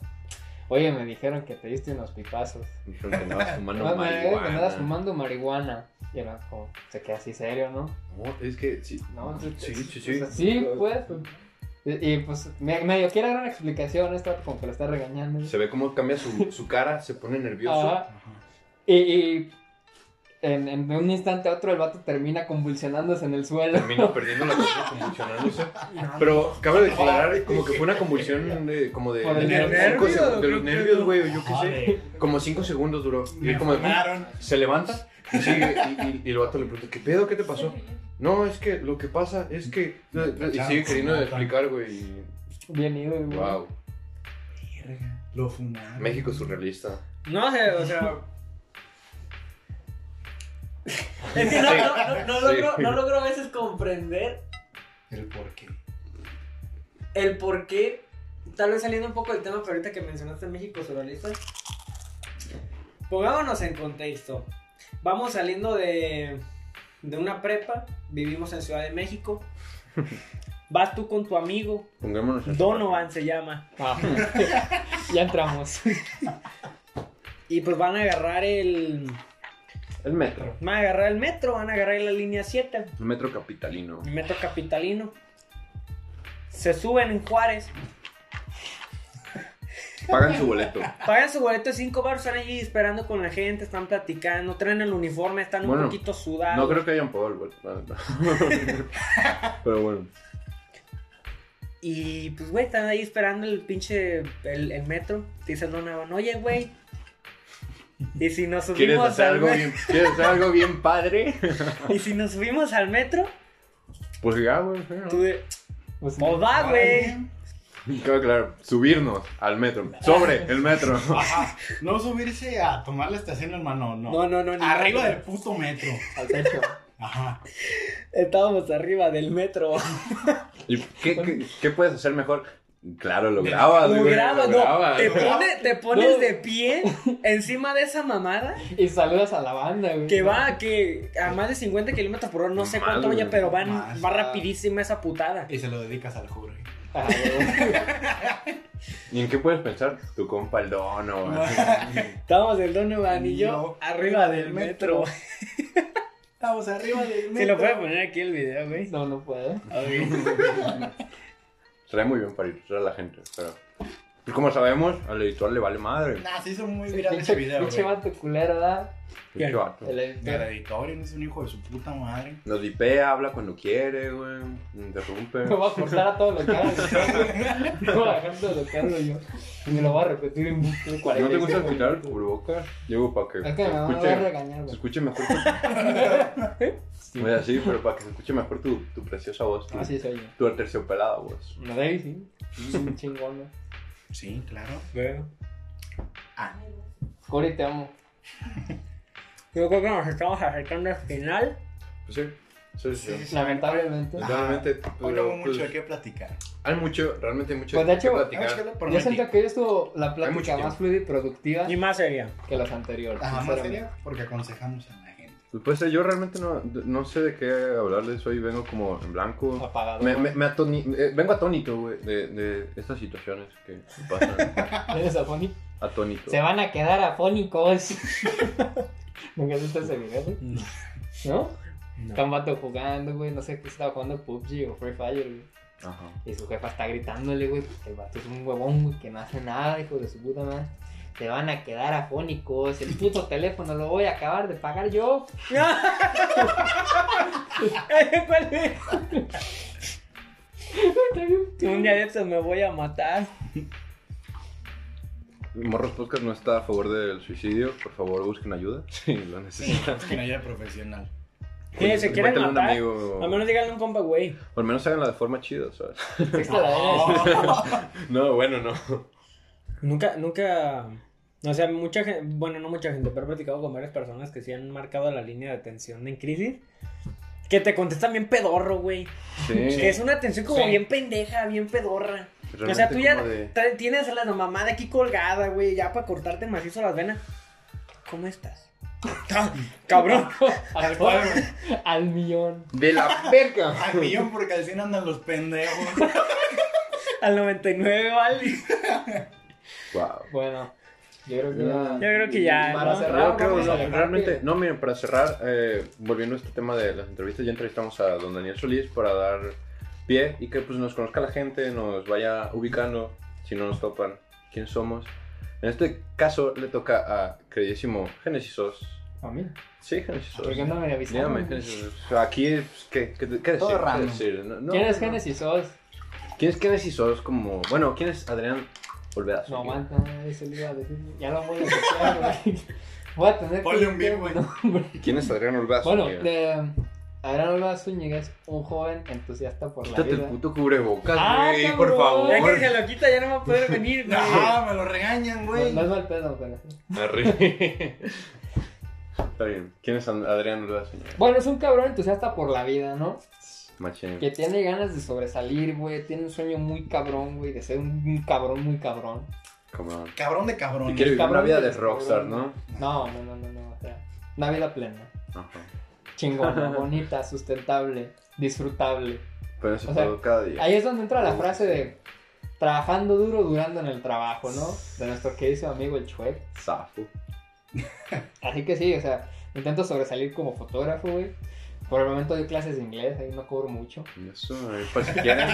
Speaker 4: oye, me dijeron que te diste unos pipazos.
Speaker 1: Dijeron que andabas fumando
Speaker 4: No, me dijeron que
Speaker 1: marihuana.
Speaker 4: andabas fumando marihuana. Y era como, se queda así serio, ¿no?
Speaker 1: No, es que sí. Ah,
Speaker 4: No,
Speaker 1: sí, sí,
Speaker 4: o
Speaker 1: sí.
Speaker 4: sea, pues. pues. Y, y, pues, me- medio quiere dar una explicación, esto como que lo está regañando.
Speaker 1: Se ve cómo cambia su, su cara, se pone nervioso.
Speaker 4: Ajá. Y, y en, en de un instante a otro el vato termina convulsionándose en el suelo.
Speaker 1: Termino perdiendo la cosa convulsionándose. Pero cabe declarar como que fue una convulsión de, como de,
Speaker 4: Por el
Speaker 1: de-
Speaker 3: nervio,
Speaker 1: cinco seg- de
Speaker 3: creo
Speaker 1: los
Speaker 3: que
Speaker 1: nervios,
Speaker 3: no.
Speaker 1: güey, o yo qué sé.
Speaker 2: Joder,
Speaker 1: Como cinco segundos duró. Y
Speaker 2: me
Speaker 1: como de- "Mm",
Speaker 2: fumaron.
Speaker 1: se levanta y sigue. Y, y- y el vato le pregunta, ¿qué pedo? ¿Qué te pasó? No, es que lo que pasa es que. Y sigue queriendo explicar, güey. y-
Speaker 4: Bien ido, güey.
Speaker 1: Wow.
Speaker 2: Verga, Lo fumaron.
Speaker 1: México surrealista.
Speaker 3: No sé, o sea. Es que no, no, no- no
Speaker 1: Sí.
Speaker 3: logro, no logro a veces comprender
Speaker 2: El por qué.
Speaker 3: el por qué, tal vez saliendo un poco del tema, pero ahorita que mencionaste México surrealista, pongámonos en contexto. Vamos saliendo de, de una prepa, vivimos en Ciudad de México, vas tú con tu amigo,
Speaker 1: Pongámonos en-
Speaker 3: Donovan se llama,
Speaker 4: Ah. ya entramos.
Speaker 3: y pues van a agarrar el...
Speaker 1: El metro.
Speaker 3: Van a agarrar el metro, van a agarrar la línea 7,
Speaker 1: El metro capitalino.
Speaker 3: el metro capitalino. Se suben en Juárez,
Speaker 1: Pagan su boleto.
Speaker 3: Pagan su boleto de 5 baros, están allí esperando con la gente, están platicando, traen el uniforme, están un
Speaker 1: Bueno,
Speaker 3: poquito sudados.
Speaker 1: No creo que hayan pagado el boleto. la neta. Pero bueno.
Speaker 3: Y pues, güey, están ahí esperando el pinche el, el metro. Te dice el Donovan, oye, güey. Y si nos subimos
Speaker 1: ¿Quieres hacer,
Speaker 3: al
Speaker 1: algo
Speaker 3: me-
Speaker 1: bien, ¿Quieres hacer algo bien padre?
Speaker 3: Y si nos subimos al metro,
Speaker 1: Pues ya, güey. sí, ¿no?
Speaker 3: tú de.
Speaker 4: Pues,
Speaker 3: "Pues va, güey.
Speaker 2: Órale.
Speaker 1: Claro, claro. Subirnos al metro. Sobre el metro.
Speaker 2: Ajá. No subirse a tomar la estación, hermano, no.
Speaker 3: No, no, no. ni-
Speaker 2: Arriba del puto metro.
Speaker 4: al techo.
Speaker 2: Ajá.
Speaker 3: Estábamos arriba del metro.
Speaker 1: ¿Y qué, qué, qué puedes hacer mejor? Claro, lo grabas, güey.
Speaker 3: Lo grabas, no. eh.
Speaker 1: grabas.
Speaker 3: te,
Speaker 2: grabas.
Speaker 3: pone- te pones
Speaker 4: No.
Speaker 3: de pie encima de esa mamada.
Speaker 4: Y saludas a la banda, güey.
Speaker 3: Que va que a más de 50 kilómetros por hora, no sé
Speaker 1: Mal,
Speaker 3: cuánto vaya,
Speaker 1: güey.
Speaker 3: pero van,
Speaker 2: Más.
Speaker 3: va rapidísima esa putada.
Speaker 2: Y se lo dedicas al juro.
Speaker 4: Ah, güey.
Speaker 1: ¿Y en qué puedes pensar? Tu compa el dono. güey.
Speaker 3: Estábamos el Donovan y yo
Speaker 2: Yo
Speaker 3: arriba del metro.
Speaker 2: Estamos arriba del metro.
Speaker 3: Se lo puede poner aquí el video, güey.
Speaker 4: No, no puedo.
Speaker 1: Trae muy bien para ilustrar a la gente, pero... Y como sabemos, al editor le vale madre.
Speaker 2: Nah, se hizo muy viral ese
Speaker 4: Pinche,
Speaker 2: video,
Speaker 4: pinche
Speaker 2: güey.
Speaker 4: vato culero, ¿da?
Speaker 1: Pinche
Speaker 3: Claro.
Speaker 1: vato.
Speaker 4: El
Speaker 2: El
Speaker 4: editor.
Speaker 2: editor es un hijo de su puta madre.
Speaker 1: Nos dipea, habla cuando quiere, güey. Interrumpe.
Speaker 4: Me voy a cortar a todo lo que hago. No voy a dejar todo lo que hago yo. Y me lo voy a repetir en en 45
Speaker 1: ¿No te gusta escuchar el
Speaker 4: minutos.
Speaker 1: cubrebocas? Llego para que...
Speaker 4: Es que mi
Speaker 1: se
Speaker 4: mamá me va a
Speaker 1: escuche-
Speaker 4: regañar,
Speaker 1: se
Speaker 4: güey.
Speaker 1: escuche mejor tu
Speaker 4: Sí.
Speaker 1: Voy así, pero para que se escuche mejor tu, tu preciosa voz, tu,
Speaker 4: Así Ah, soy yo.
Speaker 1: tu aterciopelada voz.
Speaker 4: No David, sí. Es un chingón, ¿no?
Speaker 2: Sí, claro. Ah,
Speaker 4: Cory, te amo.
Speaker 3: Yo creo que nos estamos acercando al final.
Speaker 1: Pues sí, sí, sí.
Speaker 2: Sí, sí.
Speaker 4: Lamentablemente.
Speaker 2: Ah,
Speaker 1: Realmente,
Speaker 2: hoy
Speaker 1: pero,
Speaker 2: no hubo mucho
Speaker 1: pues,
Speaker 2: de qué platicar.
Speaker 1: hay mucho, realmente hay mucho
Speaker 4: Pues, de
Speaker 1: que
Speaker 4: hecho,
Speaker 1: platicar.
Speaker 2: Vamos a hablar por
Speaker 4: Yo
Speaker 2: Mati.
Speaker 4: siento que hoy estuvo la
Speaker 1: Hay mucho
Speaker 4: plática
Speaker 1: tiempo.
Speaker 4: más fluida y productiva
Speaker 3: Y más sería.
Speaker 4: que las anteriores.
Speaker 2: Ajá, más
Speaker 4: sinceramente.
Speaker 2: serio, porque aconsejamos a la gente.
Speaker 1: Pues eh, yo realmente no, no sé de qué hablarles hoy, vengo como en blanco.
Speaker 4: Apagado.
Speaker 1: Me, me- me atoni- eh, vengo atónito, güey, de, de estas situaciones que pasan.
Speaker 4: ¿Eres afónico?
Speaker 1: atónito.
Speaker 4: Se van a quedar afónicos. ¿Nunca has visto ese video, güey?
Speaker 3: No.
Speaker 4: ¿No?
Speaker 3: No.
Speaker 4: Está un vato jugando, güey. No sé qué estaba jugando PUBG o Free Fire, güey.
Speaker 1: Ajá.
Speaker 4: Y su jefa está gritándole, güey, porque el vato es un huevón, güey, que no hace nada, hijo de su puta madre. Se van a quedar afónicos. El puto teléfono lo voy a acabar de pagar yo.
Speaker 3: ¿Cuál es? Un día de estos me voy a matar.
Speaker 1: Morros Podcast no está a favor del suicidio, por favor busquen ayuda si lo necesitan.
Speaker 2: Busquen ayuda profesional.
Speaker 3: Eh, ¿Se quieren
Speaker 1: Cuéntenle a un
Speaker 3: matar?
Speaker 1: amigo.
Speaker 3: Al menos díganle a un compa, güey.
Speaker 1: O al menos háganla de forma chida, ¿sabes?
Speaker 4: Sexta la verga.
Speaker 1: No, bueno, no.
Speaker 3: Nunca, nunca. O sea, mucha gente, bueno, no mucha gente, pero he platicado con varias personas que sí han marcado la línea de atención en crisis. Que te contestan bien pedorro, güey.
Speaker 1: Sí.
Speaker 3: Que es una atención como
Speaker 4: Sí.
Speaker 3: bien pendeja, bien pedorra. o
Speaker 1: Realmente
Speaker 3: sea, tú ya
Speaker 1: como de-
Speaker 3: tra- tienes la mamada aquí colgada, güey, ya para cortarte macizo las venas. ¿Cómo estás? Ah, Cabrón.
Speaker 4: Al pueblo. Al millón.
Speaker 1: De la verga.
Speaker 2: Al millón por calcín andan los pendejos.
Speaker 3: Al 99, vale.
Speaker 1: Wow.
Speaker 4: Bueno, yo creo que
Speaker 1: Ya.
Speaker 4: ya.
Speaker 3: Yo creo que ya,
Speaker 4: Para
Speaker 3: ¿no?
Speaker 4: cerrar,
Speaker 1: Yo creo,
Speaker 4: vamos
Speaker 1: no,
Speaker 4: a dejar
Speaker 1: realmente,
Speaker 4: que-
Speaker 1: no, miren, para cerrar, eh, volviendo a este tema de las entrevistas, ya entrevistamos a don Daniel Solís para dar pie y que pues nos conozca la gente, nos vaya ubicando, si no nos topan, quién somos. En este caso le toca a queridísimo Génesis Sos.
Speaker 4: A mí.
Speaker 1: Sí, Génesis Sos.
Speaker 4: ¿Por qué no me avisaron?
Speaker 1: Dígame, Génesis Sos. Aquí, pues, ¿qué, qué, qué decir?
Speaker 2: Todo
Speaker 1: ¿Qué
Speaker 2: random.
Speaker 1: decir? No, no,
Speaker 4: ¿Quién es
Speaker 1: no.
Speaker 4: Genesis Sos?
Speaker 1: ¿Quién es Génesis Sos? Como, bueno, ¿quién es Adrián Olvedazo?
Speaker 4: No aguanta, eso le iba a decir. Ya lo voy a escuchar, güey. Voy a tener
Speaker 2: Ponle un beat, güey.
Speaker 4: No,
Speaker 1: ¿Quién es Adrián Olvedazo?
Speaker 4: Bueno,
Speaker 1: Mira,
Speaker 4: eh, Adrián Olvera Zúñiga es un joven entusiasta por la
Speaker 1: Quítate el
Speaker 4: vida.
Speaker 1: puto cubrebocas,
Speaker 4: Ah,
Speaker 1: güey,
Speaker 4: cabrón.
Speaker 1: por favor.
Speaker 3: Ya que se lo quita, ya no va a poder venir, güey.
Speaker 2: No, me lo regañan,
Speaker 4: No,
Speaker 2: güey.
Speaker 4: no es mal pedo, pero...
Speaker 1: Está bien. ¿Quién es And- Adrián Urda, señor?
Speaker 4: Bueno, es un cabrón entusiasta por la vida, ¿no?
Speaker 1: Machín.
Speaker 4: Que tiene ganas de sobresalir, güey. Tiene un sueño muy cabrón, güey. De ser un, un cabrón muy cabrón.
Speaker 1: Cabrón.
Speaker 2: Cabrón de
Speaker 1: Y
Speaker 2: cabrón.
Speaker 1: quiere vivir una
Speaker 4: cabrón
Speaker 1: vida de
Speaker 4: de-
Speaker 1: rockstar, ¿no?
Speaker 4: No, no, no, no, no. O sea, una vida plena.
Speaker 1: Ajá.
Speaker 4: Chingona, bonita, sustentable, disfrutable.
Speaker 1: Pero eso
Speaker 4: O sea,
Speaker 1: todo cada día.
Speaker 4: Ahí es donde entra la frase de trabajando duro, durando en el trabajo, ¿no? De nuestro querido amigo el Chuec.
Speaker 1: Zafo.
Speaker 4: Así que sí, o sea, intento sobresalir como fotógrafo, güey. Por el momento doy clases de inglés, ahí no cobro mucho.
Speaker 1: Y Eso, eh, por si quieren,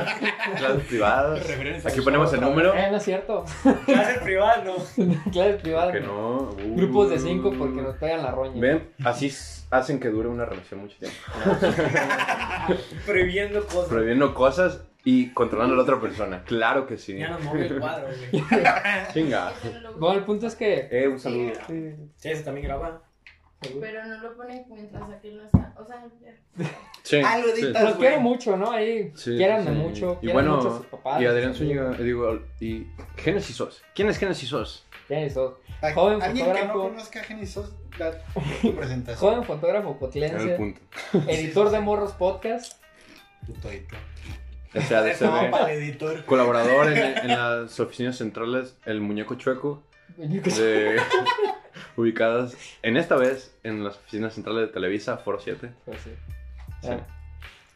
Speaker 1: clases privadas.
Speaker 2: Referencia
Speaker 1: Aquí
Speaker 2: al
Speaker 1: ponemos el
Speaker 2: show,
Speaker 1: número.
Speaker 4: Eh, no es cierto.
Speaker 3: Clases privadas, no.
Speaker 4: clases privadas.
Speaker 1: Que
Speaker 4: no.
Speaker 1: no. Uh.
Speaker 4: eh, Grupos de cinco porque nos pegan la roña.
Speaker 1: Ven, así s- hacen que dure una relación mucho tiempo.
Speaker 3: Previendo cosas.
Speaker 1: Prohibiendo cosas y controlando a la otra persona. Claro que sí.
Speaker 3: Ya no mueve el cuadro, güey.
Speaker 1: Chinga.
Speaker 4: Bueno, el punto es que.
Speaker 1: Eh, un saludo.
Speaker 3: Sí, eso también graba.
Speaker 6: Pero no lo pones mientras aquel no está. O sea, ya.
Speaker 1: Sí.
Speaker 2: Ah, lo
Speaker 1: sí.
Speaker 2: editas.
Speaker 4: Los quiero mucho, ¿no? Ahí.
Speaker 1: Sí,
Speaker 4: Quieranme
Speaker 1: sí.
Speaker 4: mucho.
Speaker 1: Y
Speaker 4: quieran
Speaker 1: bueno,
Speaker 4: mucho a sus papás.
Speaker 1: Y
Speaker 4: a sus
Speaker 1: Adrián
Speaker 4: amigos.
Speaker 1: Zúñiga, digo, y Génesis Sos. ¿Quién es Génesis Sos?
Speaker 4: Genesis Sos.
Speaker 2: Ay,
Speaker 4: Joven
Speaker 2: Alguien que no
Speaker 4: fotógrafo.
Speaker 2: conozca a Genesis Sos, da tu presentación.
Speaker 4: Joven fotógrafo
Speaker 1: el
Speaker 4: cotlense.
Speaker 1: punto.
Speaker 4: Editor de Morros Podcast.
Speaker 2: Puto editor.
Speaker 1: O sea, de
Speaker 2: No,
Speaker 1: CB.
Speaker 2: para el editor.
Speaker 1: Colaborador en, en las oficinas centrales, el muñeco chueco,
Speaker 4: Yo qué sé.
Speaker 1: de- ubicadas en esta vez en las oficinas centrales de Televisa, Foro 7.
Speaker 4: Pues sí.
Speaker 1: Sí. Ah.
Speaker 4: Ah.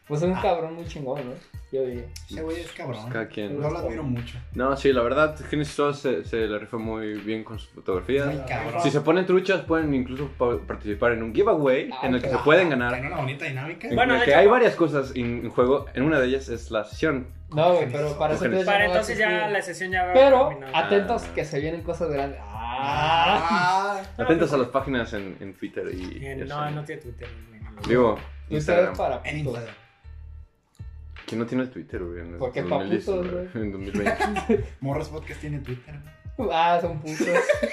Speaker 4: Pues es un cabrón muy chingón, ¿no? Yo diría.
Speaker 2: Ese güey es
Speaker 1: Pues
Speaker 2: cabrón.
Speaker 1: cada quien.
Speaker 2: No lo admiro mucho.
Speaker 1: No, sí, la verdad, Génesis Sos se, se le rifó muy bien con sus fotografías.
Speaker 2: Muy cabrón.
Speaker 1: Si se ponen truchas, pueden incluso pa- participar en un giveaway
Speaker 4: Ah,
Speaker 1: en el que se
Speaker 4: claro.
Speaker 1: pueden ganar.
Speaker 2: Tiene una bonita dinámica.
Speaker 1: En
Speaker 3: Bueno,
Speaker 1: el
Speaker 3: de
Speaker 1: que
Speaker 3: hecho-
Speaker 1: hay varias cosas en, en juego, en una de ellas es la sesión.
Speaker 4: No, güey, pero para eso
Speaker 1: Ojalá.
Speaker 4: entonces
Speaker 3: Para
Speaker 4: no va a
Speaker 3: entonces ya
Speaker 4: existir.
Speaker 3: la sesión ya va
Speaker 4: Pero
Speaker 1: Ah.
Speaker 4: atentos que se vienen cosas grandes. Ah.
Speaker 2: Ah,
Speaker 1: Atentos a las páginas en, en Twitter y. y
Speaker 3: No,
Speaker 1: así.
Speaker 3: no tiene Twitter. güey, no.
Speaker 1: Digo,
Speaker 4: Y ustedes
Speaker 1: Instagram.
Speaker 4: para
Speaker 2: en
Speaker 4: putos.
Speaker 2: Instagram.
Speaker 1: ¿Quién no tiene Twitter, güey? En el
Speaker 4: Porque pa'
Speaker 1: 2019,
Speaker 4: putos,
Speaker 1: En 2020.
Speaker 2: Morros Podcast tiene Twitter.
Speaker 4: Ah, son putos.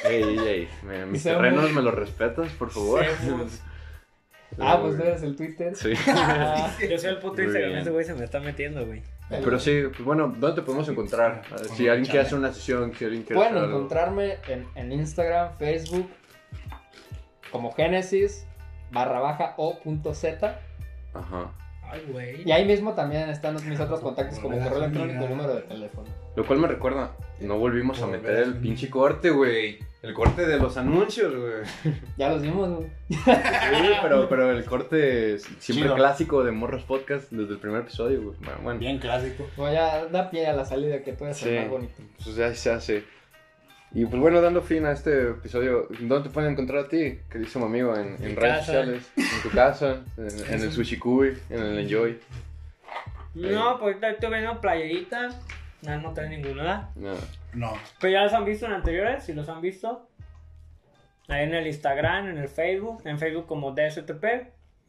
Speaker 1: ey, ey, ey. me- mis
Speaker 4: Seamos-
Speaker 1: terrenos me los respetas, por favor.
Speaker 3: Seamos-
Speaker 4: ah, pues tú eres el Twitter.
Speaker 1: Sí.
Speaker 4: Ah,
Speaker 3: Yo soy el puto
Speaker 1: Muy
Speaker 3: Instagram,
Speaker 1: bien.
Speaker 3: ese güey se me está metiendo, güey.
Speaker 1: Pero sí, pues bueno, ¿dónde te podemos encontrar? A ver, Si alguien quiere hacer una sesión, si alguien quiere
Speaker 4: Pueden
Speaker 1: hacer algo.
Speaker 4: encontrarme en, en Instagram, Facebook, como Genesis, barra baja o punto Z.
Speaker 1: Ajá.
Speaker 3: Ay, güey.
Speaker 4: Y ahí mismo también están los- mis
Speaker 1: Ah,
Speaker 4: otros contactos como
Speaker 2: Hola,
Speaker 4: correo electrónico y
Speaker 2: amiga.
Speaker 4: número de teléfono.
Speaker 1: Lo cual me recuerda, no volvimos a meter el pinche corte, güey. El corte de los anuncios, güey.
Speaker 4: Ya los vimos, güey.
Speaker 1: Sí, pero, pero el corte es siempre
Speaker 9: Chido.
Speaker 1: clásico de Morros Podcast desde el primer episodio, güey. Bueno, bueno,
Speaker 9: Bien clásico.
Speaker 4: Como ya da pie a la salida que puede ser
Speaker 1: Sí.
Speaker 4: más bonito.
Speaker 1: pues ya se hace. Y pues bueno, dando fin a este episodio, ¿dónde te pueden encontrar a ti, queridísimo amigo? En, en
Speaker 3: Mi
Speaker 1: redes
Speaker 3: casa.
Speaker 1: sociales, en tu casa, en, en el Sushi Cube, en el Enjoy.
Speaker 3: No, pues ahorita estoy viendo playerita. No, no trae ninguna.
Speaker 1: No.
Speaker 2: No.
Speaker 3: Pero ya los han visto en anteriores, si los han visto. Ahí en el Instagram, en el Facebook. En Facebook como DSTP.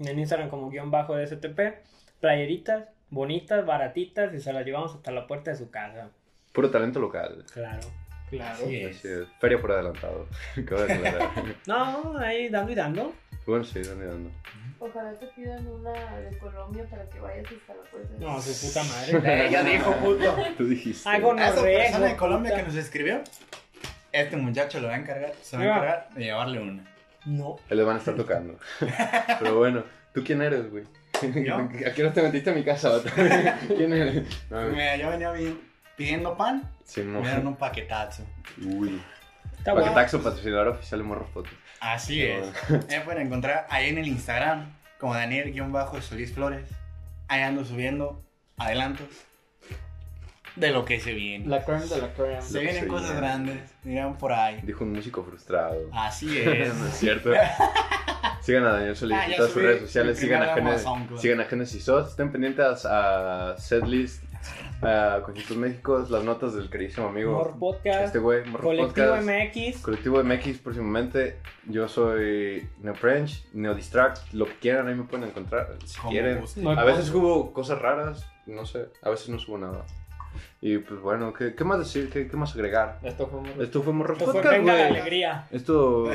Speaker 3: En Instagram como guión bajo DSTP. Playeritas, bonitas, baratitas y se las llevamos hasta la puerta de su casa.
Speaker 1: Puro talento local.
Speaker 3: Claro.
Speaker 4: Claro.
Speaker 2: Sí
Speaker 1: Así
Speaker 2: es.
Speaker 1: es. Feria por adelantado. Acabo de aclarar.
Speaker 3: No, ahí dando y dando.
Speaker 1: bueno, sí, dando y dando.
Speaker 5: Ojalá te pidan una de Colombia para que vayas hasta la puerta.
Speaker 3: No,
Speaker 5: sí.
Speaker 3: su puta madre.
Speaker 2: Ella dijo, puto.
Speaker 1: Tú dijiste.
Speaker 3: Hago
Speaker 2: A esa
Speaker 3: Correcto.
Speaker 2: persona de Colombia que nos escribió, este muchacho lo va a encargar, se va a
Speaker 3: Ahí va.
Speaker 2: encargar de llevarle una.
Speaker 3: No.
Speaker 1: Ahí Les van a estar tocando. Pero bueno, ¿tú quién eres, güey?
Speaker 2: ¿Yo?
Speaker 1: ¿A qué hora te metiste a mi casa, vato? ¿Quién eres? No, güey.
Speaker 2: Mira, yo venía bien- pidiendo pan,
Speaker 1: Simón.
Speaker 2: me dieron un paquetazo.
Speaker 1: Uy.
Speaker 3: Está bueno.
Speaker 1: Paquetaxo, patrocinador oficial de Morros Podcast.
Speaker 2: Así
Speaker 1: Qué
Speaker 2: es. Me pueden encontrar ahí en el Instagram, como Daniel-Solís Flores. Ahí ando subiendo adelantos de lo que se viene.
Speaker 4: La creme de la creme.
Speaker 2: Se
Speaker 1: Lo que
Speaker 2: vienen
Speaker 1: se
Speaker 2: cosas
Speaker 1: viene.
Speaker 2: grandes, dirán por ahí.
Speaker 1: Dijo un músico
Speaker 3: Ah,
Speaker 1: frustrado.
Speaker 2: Así
Speaker 1: No es
Speaker 2: es.
Speaker 1: cierto. Sigan a Daniel Solís
Speaker 2: Ah,
Speaker 1: en
Speaker 2: ya
Speaker 1: todas sus
Speaker 2: subí
Speaker 1: redes sociales.
Speaker 2: mi
Speaker 1: Sigan a,
Speaker 2: primer álbum a
Speaker 1: Genesis,
Speaker 2: SoundCloud.
Speaker 1: sigan a Genesis Sos. Estén pendientes a Setlist, a Conciertos México, las notas del queridísimo
Speaker 3: Mor
Speaker 1: amigo.
Speaker 3: Podcast.
Speaker 1: Este güey, Morro
Speaker 3: Colectivo
Speaker 1: Podcast.
Speaker 3: MX.
Speaker 1: Colectivo MX próximamente. Yo soy Neoprench, Neodistract, lo que quieran, ahí me pueden encontrar. Si
Speaker 2: Como
Speaker 1: quieren.
Speaker 2: guste.
Speaker 1: A veces subo cosas raras, no sé, a veces no subo nada. Y pues bueno, ¿qué, qué más decir? ¿Qué, qué más agregar?
Speaker 4: Esto fue un...
Speaker 1: Esto fue Morro
Speaker 3: Esto fue
Speaker 1: Podcast,
Speaker 3: Venga la
Speaker 1: güey.
Speaker 3: Alegría.
Speaker 1: Esto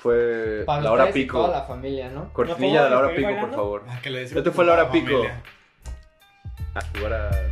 Speaker 1: fue
Speaker 4: Para
Speaker 1: la hora
Speaker 4: ustedes y
Speaker 1: pico.
Speaker 4: toda la familia, ¿no?
Speaker 1: Cortinilla de la hora
Speaker 3: ¿Nos podemos
Speaker 1: pico,
Speaker 3: despedir
Speaker 1: por favor.
Speaker 2: Ah, que le
Speaker 1: Esto fue la hora
Speaker 2: disfruten,
Speaker 1: pico.
Speaker 2: familia.
Speaker 1: A jugar a-